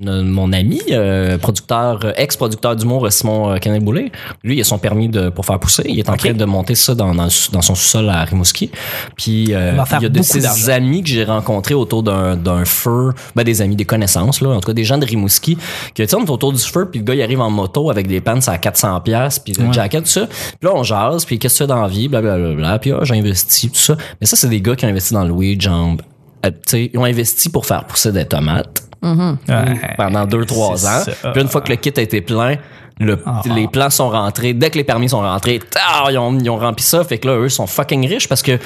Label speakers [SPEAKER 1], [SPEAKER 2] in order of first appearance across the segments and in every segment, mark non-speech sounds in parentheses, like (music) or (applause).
[SPEAKER 1] no- mon ami, euh, producteur, euh, ex-producteur d'humour Simon euh, Canet Boulay, lui, il a son permis de, pour faire pousser. Il est en train de monter ça dans, dans, le sous- dans son sous-sol à Rimouski. Puis, euh,
[SPEAKER 2] Il va faire
[SPEAKER 1] il y a de
[SPEAKER 2] beaucoup d'argent.
[SPEAKER 1] ses des amis que j'ai rencontrés autour d'un d'un feu, ben des amis, des connaissances là, en tout cas des gens de Rimouski qui tu sais, on est autour du feu puis le gars il arrive en moto avec des pants à 400 pièces puis une jacket tout ça. Puis là on jase puis qu'est-ce que tu as dans la vie blablabla puis ah, j'ai investi tout ça. Mais ça c'est des gars qui ont investi dans le weed genre euh, tu sais, ils ont investi pour faire pousser des tomates (laughs) pendant deux trois ans.
[SPEAKER 2] c'est ça. Ah,
[SPEAKER 1] Puis une fois que le kit a été plein, le, les plans sont rentrés. Dès que les permis sont rentrés, tard, ils, ont, ils ont rempli ça. Fait que là, eux sont fucking riches parce que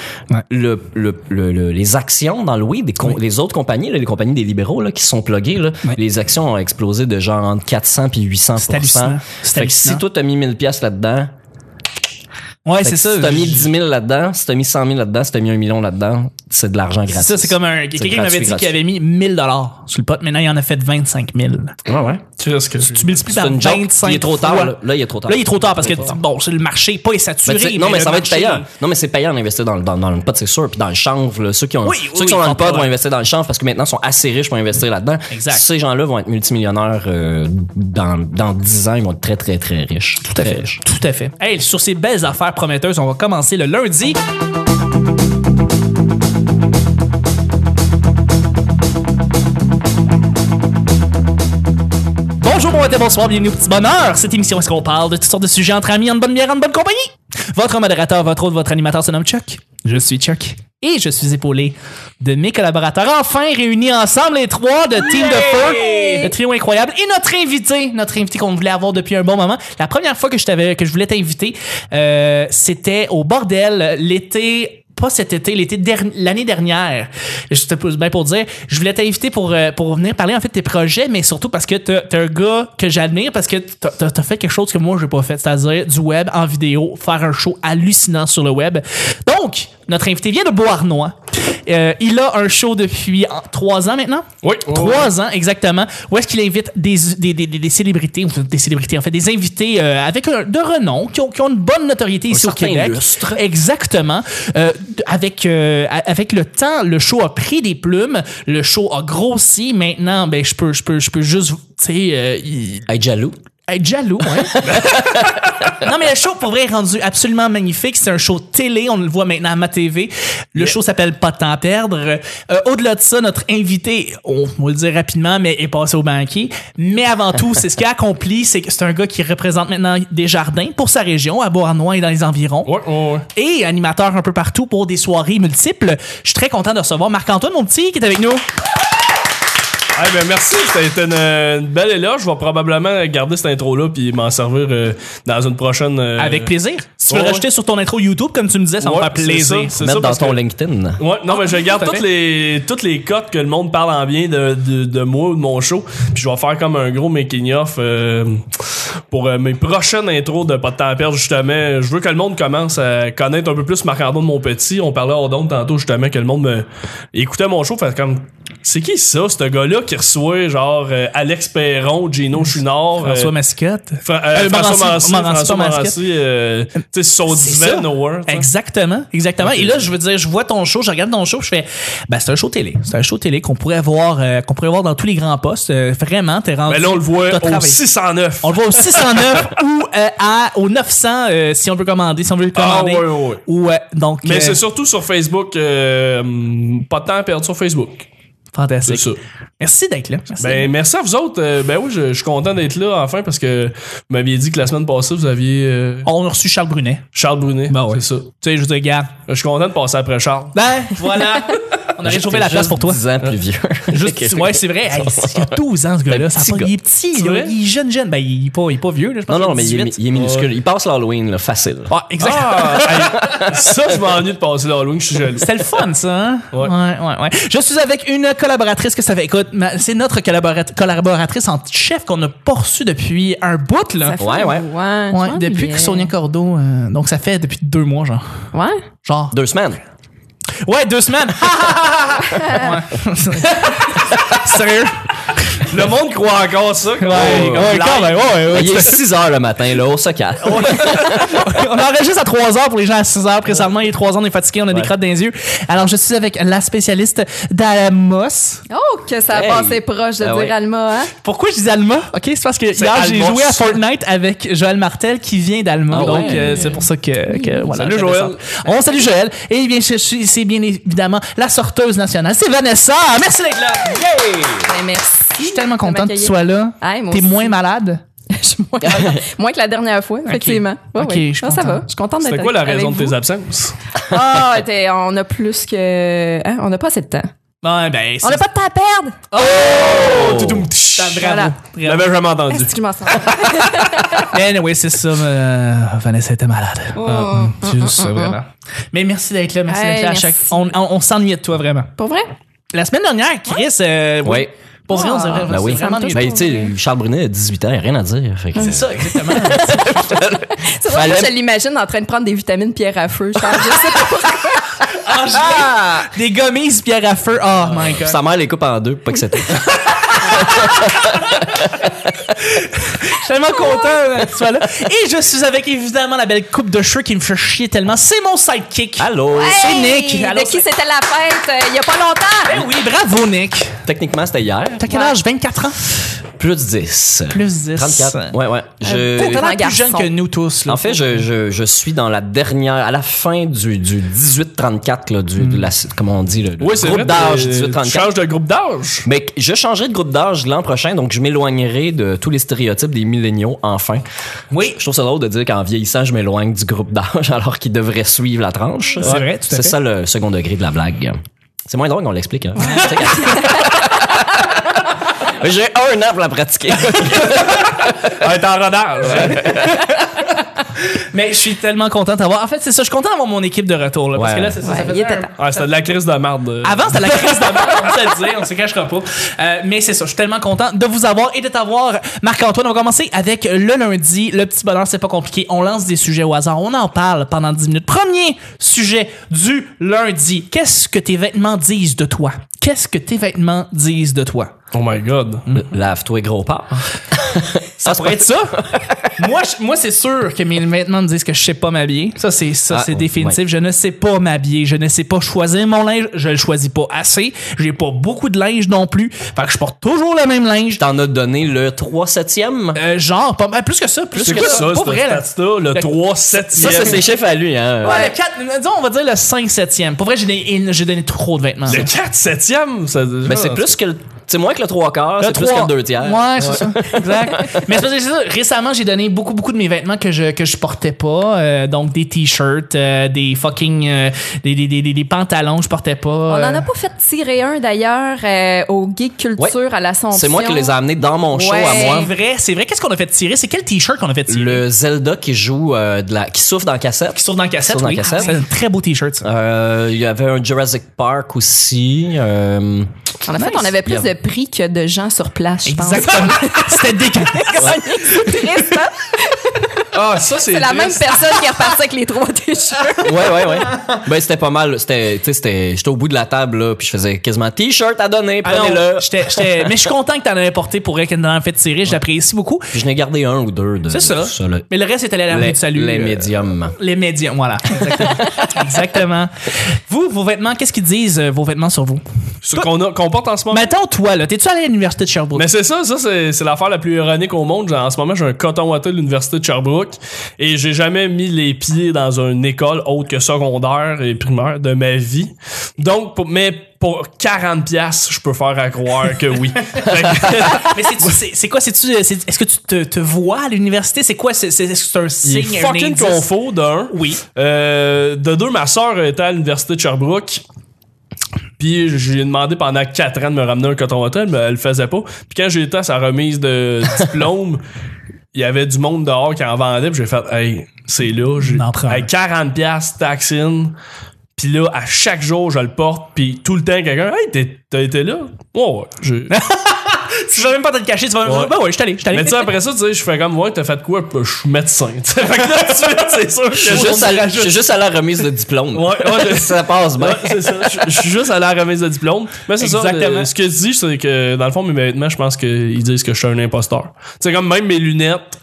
[SPEAKER 1] le, le- le- le- les actions dans le weed, des com- les autres compagnies, là, les compagnies des libéraux là, qui sont pluguées, là,
[SPEAKER 2] Oui.
[SPEAKER 1] les actions ont explosé de genre entre 400 puis 800
[SPEAKER 2] C'est hallucinant. C'est
[SPEAKER 1] Fait que
[SPEAKER 2] hallucinant.
[SPEAKER 1] si toi, t'as mis 1000 pièces là-dedans,
[SPEAKER 2] Ouais,
[SPEAKER 1] fait
[SPEAKER 2] c'est
[SPEAKER 1] que
[SPEAKER 2] ça.
[SPEAKER 1] si t'as mis
[SPEAKER 2] je-
[SPEAKER 1] 10 000 là-dedans, si t'as mis 100 000 là-dedans, si t'as mis un million là-dedans, c'est de l'argent
[SPEAKER 2] C'est
[SPEAKER 1] gratuit.
[SPEAKER 2] ça, c'est comme un.
[SPEAKER 1] C'est
[SPEAKER 2] Quelqu'un m'avait
[SPEAKER 1] gratuit,
[SPEAKER 2] dit
[SPEAKER 1] gratuit.
[SPEAKER 2] qu'il avait mis 1000 dollars sur le pot. Maintenant, il en a fait 25 000.
[SPEAKER 1] Ouais, ouais.
[SPEAKER 3] Tu sais ce que
[SPEAKER 2] Tu multiplies
[SPEAKER 1] C'est
[SPEAKER 2] par
[SPEAKER 1] une joke.
[SPEAKER 2] 25
[SPEAKER 1] Il est trop tard.
[SPEAKER 2] fois.
[SPEAKER 1] Là, Là, il est trop tard.
[SPEAKER 2] Là, il est trop tard parce que
[SPEAKER 1] Il est trop tard.
[SPEAKER 2] bon, c'est le marché pas est saturé.
[SPEAKER 1] Mais Ben, tu sais, non, mais
[SPEAKER 2] le
[SPEAKER 1] ça va être
[SPEAKER 2] marché-
[SPEAKER 1] payant. Non, mais c'est payant d'investir dans, le- dans, dans le pot, c'est sûr. Puis dans le chanvre, là, ceux qui, ont,
[SPEAKER 2] Oui,
[SPEAKER 1] ceux
[SPEAKER 2] oui,
[SPEAKER 1] qui sont dans le pot
[SPEAKER 2] comprends.
[SPEAKER 1] vont investir dans le chanvre parce que maintenant, ils sont assez riches pour investir là-dedans.
[SPEAKER 2] Exact.
[SPEAKER 1] Ces gens-là vont être multimillionnaires euh, dans, dans 10 ans. Ils vont être très, très, très riches. Tout à fait.
[SPEAKER 2] Tout à fait. Hey, sur ces belles affaires prometteuses, on va commencer le lundi. Bonjour, bon matin, bonsoir, bienvenue au petit bonheur. Cette émission, où est-ce qu'on parle de toutes sortes de sujets entre amis, en bonne bière, en bonne compagnie? Votre modérateur, votre autre, votre animateur se nomme Chuck. Je suis Chuck. Et je suis épaulé de mes collaborateurs, enfin réunis ensemble, les trois de Team de Feu, le trio incroyable, et notre invité, notre invité qu'on voulait avoir depuis un bon moment. La première fois que je, t'avais- que je voulais t'inviter, euh, c'était au bordel l'été pas cet été, l'été derni- l'année dernière. Je te pose bien pour dire, je voulais t'inviter pour euh, pour venir parler en fait de tes projets, mais surtout parce que t'as t'as un gars que j'admire parce que t'as- t'as t'as fait quelque chose que moi j'ai pas fait, c'est-à-dire du web en vidéo, faire un show hallucinant sur le web. Donc notre invité vient de Bois-Arnois. Euh, il a un show depuis en- trois ans maintenant.
[SPEAKER 3] Oui.
[SPEAKER 2] Trois ans, exactement. Où est-ce qu'il invite des, des, des, des- des célébrités, ou des célébrités, en fait, des invités euh, avec un, de renom, qui ont, qui ont une bonne notoriété ici au
[SPEAKER 1] certain
[SPEAKER 2] Québec.
[SPEAKER 1] lustre.
[SPEAKER 2] Exactement. Euh, d- avec, euh, a- avec le temps, le show a pris des plumes, le show a grossi. Maintenant, ben, je peux, je peux, je peux juste, tu sais, euh, y-
[SPEAKER 1] Être jaloux.
[SPEAKER 2] être jaloux,
[SPEAKER 3] hein?
[SPEAKER 2] ouais. (laughs) non, mais le show, pour vrai, est rendu absolument magnifique. C'est un show télé. On le voit maintenant à ma TV. Le show s'appelle Pas de temps à perdre. Euh, Au-delà de ça, notre invité, on va le dire rapidement, mais est passé au banquier. Mais avant tout, c'est ce qu'il a accompli. C'est que c'est un gars qui représente maintenant des jardins pour sa région, à Beauharnois et dans les environs
[SPEAKER 3] Ouais, ouais, ouais.
[SPEAKER 2] et animateur un peu partout pour des soirées multiples. Je suis très content de recevoir Marc-Antoine, mon petit, qui est avec nous.
[SPEAKER 3] Euh, Eh ben merci, c'était une, euh, une belle éloge. Je vais probablement garder cette intro-là puis m'en servir euh, dans une prochaine. euh,
[SPEAKER 2] Avec plaisir. Si tu veux
[SPEAKER 3] ouais,
[SPEAKER 2] le rajouter sur ton intro YouTube, comme tu me disais, ça
[SPEAKER 3] Ouais,
[SPEAKER 2] va me faire
[SPEAKER 3] c'est
[SPEAKER 2] plaisir.
[SPEAKER 3] ça, c'est ça,
[SPEAKER 1] Mettre dans
[SPEAKER 3] parce
[SPEAKER 1] ton
[SPEAKER 3] que-
[SPEAKER 1] LinkedIn.
[SPEAKER 3] Ouais, non,
[SPEAKER 2] (laughs)
[SPEAKER 3] mais je garde
[SPEAKER 2] tout à
[SPEAKER 3] toutes
[SPEAKER 2] fait.
[SPEAKER 3] les, toutes les cotes que le monde parle en bien de, de, de moi ou de mon show. Puis je vais faire comme un gros making-off euh, pour euh, mes prochaines intros de Pas de temps à perdre, justement. Je veux que le monde commence à connaître un peu plus Marc-Antoine mon petit. On parlait hors d'onde tantôt, justement, que le monde me... écoutait mon show. Fait comme, c'est qui ça, ce gars-là qui reçoit genre euh, Alex Perron, Gino Chouinard,
[SPEAKER 2] François
[SPEAKER 3] euh,
[SPEAKER 2] Mascotte.
[SPEAKER 3] Fra- euh,
[SPEAKER 2] Euh,
[SPEAKER 3] François
[SPEAKER 2] Morancy,
[SPEAKER 3] Morancy,
[SPEAKER 2] Morancy,
[SPEAKER 3] François
[SPEAKER 2] pas Masquette.
[SPEAKER 3] Morancy, euh, tu sais, son
[SPEAKER 2] C'est ça.
[SPEAKER 3] divan, Nowhere. tu sais.
[SPEAKER 2] Exactement, exactement. Et là, je veux dire, je vois ton show, je regarde ton show, je fais, ben c'est un show télé, c'est un show télé qu'on pourrait voir, euh, qu'on pourrait voir dans tous les grands postes. Euh, vraiment, t'es rendu.
[SPEAKER 3] Mais Ben là, on le voit
[SPEAKER 2] t'as
[SPEAKER 3] au
[SPEAKER 2] travaillé.
[SPEAKER 3] 609.
[SPEAKER 2] On le voit au 609 (laughs) ou euh, à, au 900 euh, si on veut commander, si on veut le
[SPEAKER 3] Ah,
[SPEAKER 2] commander.
[SPEAKER 3] ouais, ouais, ouais.
[SPEAKER 2] Ou euh, donc.
[SPEAKER 3] Mais
[SPEAKER 2] euh,
[SPEAKER 3] c'est surtout sur Facebook. euh, hum, pas de temps à perdre sur Facebook.
[SPEAKER 2] Fantastique.
[SPEAKER 3] C'est ça.
[SPEAKER 2] Merci d'être là. Merci.
[SPEAKER 3] Ben, merci à vous autres. Euh, ben oui, je, je suis content d'être là enfin parce que vous m'aviez dit que la semaine passée, vous aviez euh,
[SPEAKER 2] on a reçu Charles Brunet.
[SPEAKER 3] Charles Brunet.
[SPEAKER 2] Ben ouais.
[SPEAKER 3] C'est ça.
[SPEAKER 2] Tu sais, je te regarde.
[SPEAKER 3] Je suis content de passer après Charles.
[SPEAKER 2] (laughs) Ben,
[SPEAKER 3] (laughs)
[SPEAKER 2] voilà. on a réchauffé la place pour toi.
[SPEAKER 1] 10 ans plus vieux.
[SPEAKER 2] Juste, ouais, c'est vrai. Hey, il a 12 ans, ce gars-là. Ça a
[SPEAKER 1] petit
[SPEAKER 2] pas-
[SPEAKER 1] gars.
[SPEAKER 2] Il est Ben, petit,
[SPEAKER 3] C'est
[SPEAKER 2] là.
[SPEAKER 3] vrai?
[SPEAKER 2] il est jeune, jeune. Ben, il est pas, il est pas vieux, là. Je pense
[SPEAKER 1] Non, non,
[SPEAKER 2] qu'il a
[SPEAKER 1] mais il est,
[SPEAKER 2] 18.
[SPEAKER 1] il est minuscule. Il passe l'Halloween, là, facile.
[SPEAKER 2] Ah, exact. (laughs)
[SPEAKER 3] Ah, hey, ça, je m'ennuie de passer l'Halloween, je suis jaloux.
[SPEAKER 2] C'était le fun, ça. hein?
[SPEAKER 3] Ouais.
[SPEAKER 2] ouais, ouais. Je suis avec une collaboratrice que ça fait. Écoute, ma- c'est notre collaborat- collaboratrice en chef qu'on a pas reçue depuis un bout, là.
[SPEAKER 4] Ça fait-
[SPEAKER 1] Ouais, ouais.
[SPEAKER 4] je
[SPEAKER 2] Ouais,
[SPEAKER 4] pense
[SPEAKER 2] depuis
[SPEAKER 4] bien.
[SPEAKER 2] que Sonia Cordeau. euh, donc, ça fait depuis deux mois, genre.
[SPEAKER 4] Ouais.
[SPEAKER 2] Genre.
[SPEAKER 1] Deux semaines.
[SPEAKER 2] (laughs) Ouais, deux semaines. Ouais. Sérieux?
[SPEAKER 3] Le monde croit encore ça.
[SPEAKER 2] Ouais, ouais, quand même, ouais, ouais.
[SPEAKER 1] Il est 6 heures le matin, là, au socal. (laughs)
[SPEAKER 2] (laughs) on enregistre à 3 heures pour les gens à 6 heures présentement. Il est 3 heures, on est fatigué, on a des crottes dans les yeux. Alors, je suis avec la spécialiste d'Alamos.
[SPEAKER 4] Oh, que ça
[SPEAKER 1] Hey.
[SPEAKER 4] passait proche de
[SPEAKER 1] Ah
[SPEAKER 4] dire
[SPEAKER 1] ouais.
[SPEAKER 4] Alma, hein?
[SPEAKER 2] Pourquoi je dis Alma? OK, c'est parce que hier, j'ai
[SPEAKER 3] Almos.
[SPEAKER 2] joué à Fortnite avec Joël Martel qui vient d'Alma.
[SPEAKER 1] Ah
[SPEAKER 2] donc,
[SPEAKER 1] ouais.
[SPEAKER 2] euh, c'est pour ça que, que voilà.
[SPEAKER 3] Salut,
[SPEAKER 2] j'avais
[SPEAKER 3] Joël.
[SPEAKER 2] ça. On salue Joël. Et bien, je suis- c'est bien évidemment la sorteuse nationale. C'est Vanessa. Merci d'être là.
[SPEAKER 1] Oh.
[SPEAKER 4] Ben, merci.
[SPEAKER 2] Je suis tellement
[SPEAKER 4] de
[SPEAKER 2] contente que tu
[SPEAKER 4] m'accueillir.
[SPEAKER 2] sois là.
[SPEAKER 4] Hey, Ah, moi
[SPEAKER 2] T'es
[SPEAKER 4] aussi.
[SPEAKER 2] moins malade.
[SPEAKER 4] (laughs) Je suis moins, moins que la dernière fois, effectivement. Ouais,
[SPEAKER 2] Ok,
[SPEAKER 4] ouais.
[SPEAKER 2] je suis
[SPEAKER 4] Non, ça
[SPEAKER 2] content.
[SPEAKER 4] va. Je suis contente d'être
[SPEAKER 3] C'était quoi la
[SPEAKER 4] avec
[SPEAKER 3] raison de
[SPEAKER 4] vous.
[SPEAKER 3] tes absences?
[SPEAKER 4] Ah, t'es- on a plus que. hein, On n'a pas assez de temps.
[SPEAKER 2] Ouais, ben, c'est
[SPEAKER 4] On n'a pas de temps à perdre!
[SPEAKER 3] Oh, toutoum, tch.
[SPEAKER 4] Ben, Voilà.
[SPEAKER 3] Je l'avais jamais entendu.
[SPEAKER 4] Est-ce que je m'en sors?
[SPEAKER 2] Anyway, c'est ça. euh, Vanessa était malade.
[SPEAKER 4] Oh.
[SPEAKER 2] Ah, mm, tu sais, vraiment. Mais merci d'être là. Merci
[SPEAKER 4] Hey,
[SPEAKER 2] d'être là à
[SPEAKER 4] merci.
[SPEAKER 2] chaque. On, on, on s'ennuyait de toi vraiment.
[SPEAKER 4] Pour vrai?
[SPEAKER 2] La semaine dernière, Chris. euh,
[SPEAKER 1] Ouais.
[SPEAKER 2] Pour vrai, on
[SPEAKER 4] Ah,
[SPEAKER 2] devrait
[SPEAKER 1] Ben oui.
[SPEAKER 2] vraiment
[SPEAKER 4] me touche
[SPEAKER 1] Ben, tu sais, Charles Brunet a 18 ans, il a rien à dire. Fait que-
[SPEAKER 2] C'est
[SPEAKER 1] (laughs)
[SPEAKER 2] ça, exactement.
[SPEAKER 4] C'est vrai,
[SPEAKER 1] Fallait-
[SPEAKER 4] moi, je l'imagine en train de prendre des vitamines pierre à feu. Je pense je sais pas.
[SPEAKER 2] Ah, j'ai- Des gommises pierre à feu. Oh my god.
[SPEAKER 1] Sa mère les coupe en deux, pas que c'était.
[SPEAKER 2] Je suis tellement content euh, que tu sois là. Et je suis avec évidemment la belle coupe de cheveux qui me fait chier tellement. C'est mon sidekick.
[SPEAKER 1] Allô?
[SPEAKER 2] (laughs) C'est
[SPEAKER 4] Hey,
[SPEAKER 2] Nick. Allô,
[SPEAKER 4] De qui
[SPEAKER 2] c'est-
[SPEAKER 4] c'était la fête euh, il y a pas longtemps?
[SPEAKER 2] Ben oui, bravo Nick.
[SPEAKER 1] Techniquement, c'était hier.
[SPEAKER 2] T'as quel
[SPEAKER 4] Ouais.
[SPEAKER 2] âge 24 ans
[SPEAKER 1] Plus 10.
[SPEAKER 2] Plus Euh, 10.
[SPEAKER 1] 34. Ouais, ouais.
[SPEAKER 2] T'as
[SPEAKER 1] Je...
[SPEAKER 2] l'air plus
[SPEAKER 4] grand
[SPEAKER 2] jeune
[SPEAKER 4] garçon.
[SPEAKER 2] que nous tous. là.
[SPEAKER 1] En fait, je, je, je suis dans la dernière, à la fin du, du 18-34, là, du, de la,
[SPEAKER 2] Hmm.
[SPEAKER 1] comment on dit, le, le
[SPEAKER 3] Oui, c'est
[SPEAKER 1] groupe
[SPEAKER 3] vrai.
[SPEAKER 1] d'âge
[SPEAKER 3] t'es- Tu
[SPEAKER 1] 18-34.
[SPEAKER 3] changes de groupe d'âge.
[SPEAKER 1] Mais que- je changerai de groupe d'âge l'an prochain, donc je m'éloignerai de tous les stéréotypes des milléniaux, enfin.
[SPEAKER 2] Oui.
[SPEAKER 1] Je trouve ça drôle de dire qu'en vieillissant, je m'éloigne du groupe d'âge (laughs) alors qu'il devrait suivre la tranche.
[SPEAKER 2] C'est vrai, tout à
[SPEAKER 1] C'est
[SPEAKER 2] fait.
[SPEAKER 1] ça le second degré de la blague. C'est moins drôle qu'on l'explique. hein.
[SPEAKER 2] (laughs)
[SPEAKER 1] J'ai un an pour la pratiquer.
[SPEAKER 2] (laughs)
[SPEAKER 3] Ah, t'es en rodage.
[SPEAKER 2] Mais je suis tellement content d'avoir. En fait, c'est ça. Je suis content d'avoir mon équipe de retour. Là, Parce
[SPEAKER 1] Ouais.
[SPEAKER 2] que là, c'est ça. ça
[SPEAKER 4] Ouais,
[SPEAKER 2] faisait
[SPEAKER 4] il était
[SPEAKER 2] un-
[SPEAKER 4] temps.
[SPEAKER 3] Ah, c'était de la crise de euh. merde.
[SPEAKER 2] Avant, c'était la crise d'abord, on se le dit, on se cachera pas. Euh, mais c'est ça, je suis tellement content de vous avoir et de t'avoir, Marc-Antoine. On va commencer avec le lundi. Le petit bonheur, c'est pas compliqué. On lance des sujets au hasard. On en parle pendant 10 minutes. Premier sujet du lundi. Qu'est-ce que tes vêtements disent de toi? Qu'est-ce que tes vêtements disent de toi?
[SPEAKER 3] Oh my god.
[SPEAKER 1] Lave-toi gros pas.
[SPEAKER 2] (laughs) Ça pourrait être ça? Ah, (laughs) moi, je- moi c'est sûr que mes vêtements me disent que je sais pas m'habiller. Ça, c'est ça,
[SPEAKER 1] Ah,
[SPEAKER 2] c'est
[SPEAKER 1] ouais.
[SPEAKER 2] définitif. Je ne sais pas m'habiller. Je ne sais pas choisir mon linge. Je le choisis pas assez. J'ai pas beaucoup de linge non plus. Fait que je porte toujours le même linge.
[SPEAKER 1] T'en as donné le 3 7e.
[SPEAKER 2] Euh, genre, pas, ben, plus que ça. Plus
[SPEAKER 3] C'est
[SPEAKER 2] que
[SPEAKER 3] quoi
[SPEAKER 2] ça.
[SPEAKER 3] ça,
[SPEAKER 2] pas
[SPEAKER 3] cette
[SPEAKER 2] vrai, là.
[SPEAKER 3] stat-là? Le 3 7
[SPEAKER 1] Ça, c'est ses chiffres à lui. Hein.
[SPEAKER 2] euh, Ouais, le 4, disons, on va dire le 5 7e. Pour vrai, j'ai donné, j'ai donné trop de vêtements.
[SPEAKER 3] Le 4 7e? ça-
[SPEAKER 1] Ben, c'est plus que le. C'est moins que le 3 quarts, c'est plus
[SPEAKER 2] trois.
[SPEAKER 1] que le 2 tiers.
[SPEAKER 2] Ouais, c'est ça.
[SPEAKER 1] (laughs)
[SPEAKER 2] Exact. Mais c'est parce que c'est ça. Récemment, j'ai donné beaucoup, beaucoup de mes vêtements que je, que je portais pas. Euh, donc, des t-shirts, euh, des fucking. euh, des, des, des, des, des pantalons, que je portais pas.
[SPEAKER 4] On en
[SPEAKER 2] euh.
[SPEAKER 4] a pas fait tirer un d'ailleurs euh, au Geek Culture
[SPEAKER 1] Ouais.
[SPEAKER 4] à l'Assomption.
[SPEAKER 1] C'est moi qui les ai amenés dans mon show
[SPEAKER 4] Ouais.
[SPEAKER 1] à moi.
[SPEAKER 2] C'est vrai, c'est vrai. Qu'est-ce qu'on a fait tirer? C'est quel t-shirt qu'on a fait tirer?
[SPEAKER 1] Le Zelda qui joue euh, de la. qui souffle dans la cassette.
[SPEAKER 2] Qui sort dans la cassette.
[SPEAKER 1] Qui sort dans
[SPEAKER 2] oui.
[SPEAKER 1] la cassette.
[SPEAKER 2] C'est un très beau t-shirt, ça.
[SPEAKER 1] Euh, Il y avait un Jurassic Park aussi. euh,
[SPEAKER 4] En fait,
[SPEAKER 2] Nice.
[SPEAKER 4] on avait plus
[SPEAKER 1] Yeah.
[SPEAKER 4] de prix que de gens sur place, je
[SPEAKER 1] (laughs)
[SPEAKER 4] pense. (laughs)
[SPEAKER 2] Exactement. C'était dégueulasse.
[SPEAKER 4] Triste, hein?
[SPEAKER 3] Ah, ça, c'est.
[SPEAKER 4] C'est la même
[SPEAKER 3] triste.
[SPEAKER 4] personne qui est repartie avec les trois t-shirts.
[SPEAKER 1] ouais, ouais,
[SPEAKER 2] (laughs)
[SPEAKER 1] ouais. Ben, c'était pas mal. C'était, tu sais, c'était, j'étais au bout de la table, là, puis je faisais quasiment t-shirt à donner,
[SPEAKER 2] Ah non,
[SPEAKER 1] prenez-le.
[SPEAKER 2] j'étais- j'étais- mais je suis content que t'en avais porté pour vrai que t'en avais fait tirer. Je l'apprécie beaucoup.
[SPEAKER 1] puis je n'ai gardé un ou deux de
[SPEAKER 2] C'est ça.
[SPEAKER 1] de là.
[SPEAKER 2] Mais le reste est allé à la rue
[SPEAKER 1] les,
[SPEAKER 2] de salut.
[SPEAKER 1] les
[SPEAKER 2] euh,
[SPEAKER 1] médiums.
[SPEAKER 2] Les médias, voilà.
[SPEAKER 3] (laughs)
[SPEAKER 2] Exactement. Exactement. Vous, vos vêtements, qu'est-ce qu'ils disent, euh, vos vêtements sur vous?
[SPEAKER 3] Ce qu'on a- qu'on porte en ce moment.
[SPEAKER 2] Mettons, toi, là, t'es-tu allé à l'université de Sherbrooke?
[SPEAKER 3] Mais c'est ça, ça c'est c'est l'affaire la plus ironique au monde. Genre, en ce moment, j'ai un coton watté de l'université de Sherbrooke et j'ai jamais mis les pieds dans une école autre que secondaire et primaire de ma vie. Donc, pour, mais pour 40 pièces, je peux faire à croire que oui. Fait que-
[SPEAKER 2] Mais c'est- c'est c'est quoi? c'est-tu- c'est- Est-ce que tu te, te vois à l'université? C'est quoi? C'est c'est- est-ce que c'est un
[SPEAKER 3] Il est
[SPEAKER 2] signe? un
[SPEAKER 3] fucking
[SPEAKER 2] indice?
[SPEAKER 3] confo d'un.
[SPEAKER 2] Oui.
[SPEAKER 3] Euh, de deux, ma soeur était à l'université de Sherbrooke. Puis j'ai demandé pendant 4 ans de me ramener un coton hôtel, mais elle le faisait pas. Puis quand j'ai été à sa
[SPEAKER 1] (laughs)
[SPEAKER 3] remise de diplôme, il y avait du monde dehors qui en vendait. Puis j'ai fait, hey, c'est là. J'ai
[SPEAKER 2] N'en prends un.
[SPEAKER 3] hey, 40 pièces taxine. Puis là, à
[SPEAKER 1] (laughs)
[SPEAKER 3] chaque jour, je le porte. Puis tout le temps, quelqu'un, hey, t'es- t'as été là? Ouais, ouais. j'ai-
[SPEAKER 2] tu vas même pas te le cacher, tu vas
[SPEAKER 3] Ouais.
[SPEAKER 2] Ben ouais, je suis allé, je suis allé.
[SPEAKER 3] Mais tu sais, après ça, tu sais, je fais comme, ouais, t'as fait quoi? Je suis médecin. tu sais. fait que là, tu fais, c'est sûr que
[SPEAKER 1] Je suis juste, à la- je suis juste à la remise de diplôme. (laughs)
[SPEAKER 3] Ouais, ouais, je-
[SPEAKER 1] ça passe bien.
[SPEAKER 3] Ouais, c'est ça. Je- Je suis juste allé à la remise de diplôme. Mais c'est ça.
[SPEAKER 2] Exactement.
[SPEAKER 3] euh, Ce que je dis, c'est que dans le fond, mes vêtements, je pense qu'ils disent que je suis un imposteur. Tu sais, comme même mes lunettes,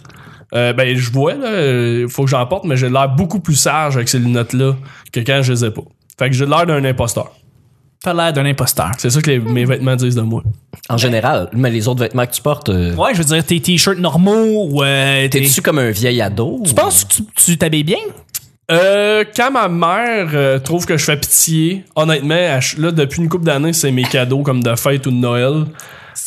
[SPEAKER 3] euh, ben, je vois, là, euh, faut que j'en porte, mais j'ai l'air beaucoup plus sage avec ces lunettes-là que quand je les ai pas. Fait que j'ai l'air d'un imposteur.
[SPEAKER 2] (laughs) T'as l'air d'un imposteur.
[SPEAKER 3] C'est ça que les- mes vêtements disent de moi.
[SPEAKER 1] En général, mais les autres vêtements que tu portes, euh,
[SPEAKER 2] Ouais, je veux dire, tes t-shirts normaux ou. euh, tes-
[SPEAKER 1] t'es-tu comme un vieil ado?
[SPEAKER 2] Tu penses que tu- tu t'habilles bien?
[SPEAKER 3] Euh, quand ma mère euh, trouve que je fais pitié, honnêtement, elle ch- là, depuis une couple d'années, c'est mes cadeaux comme de fête ou de Noël.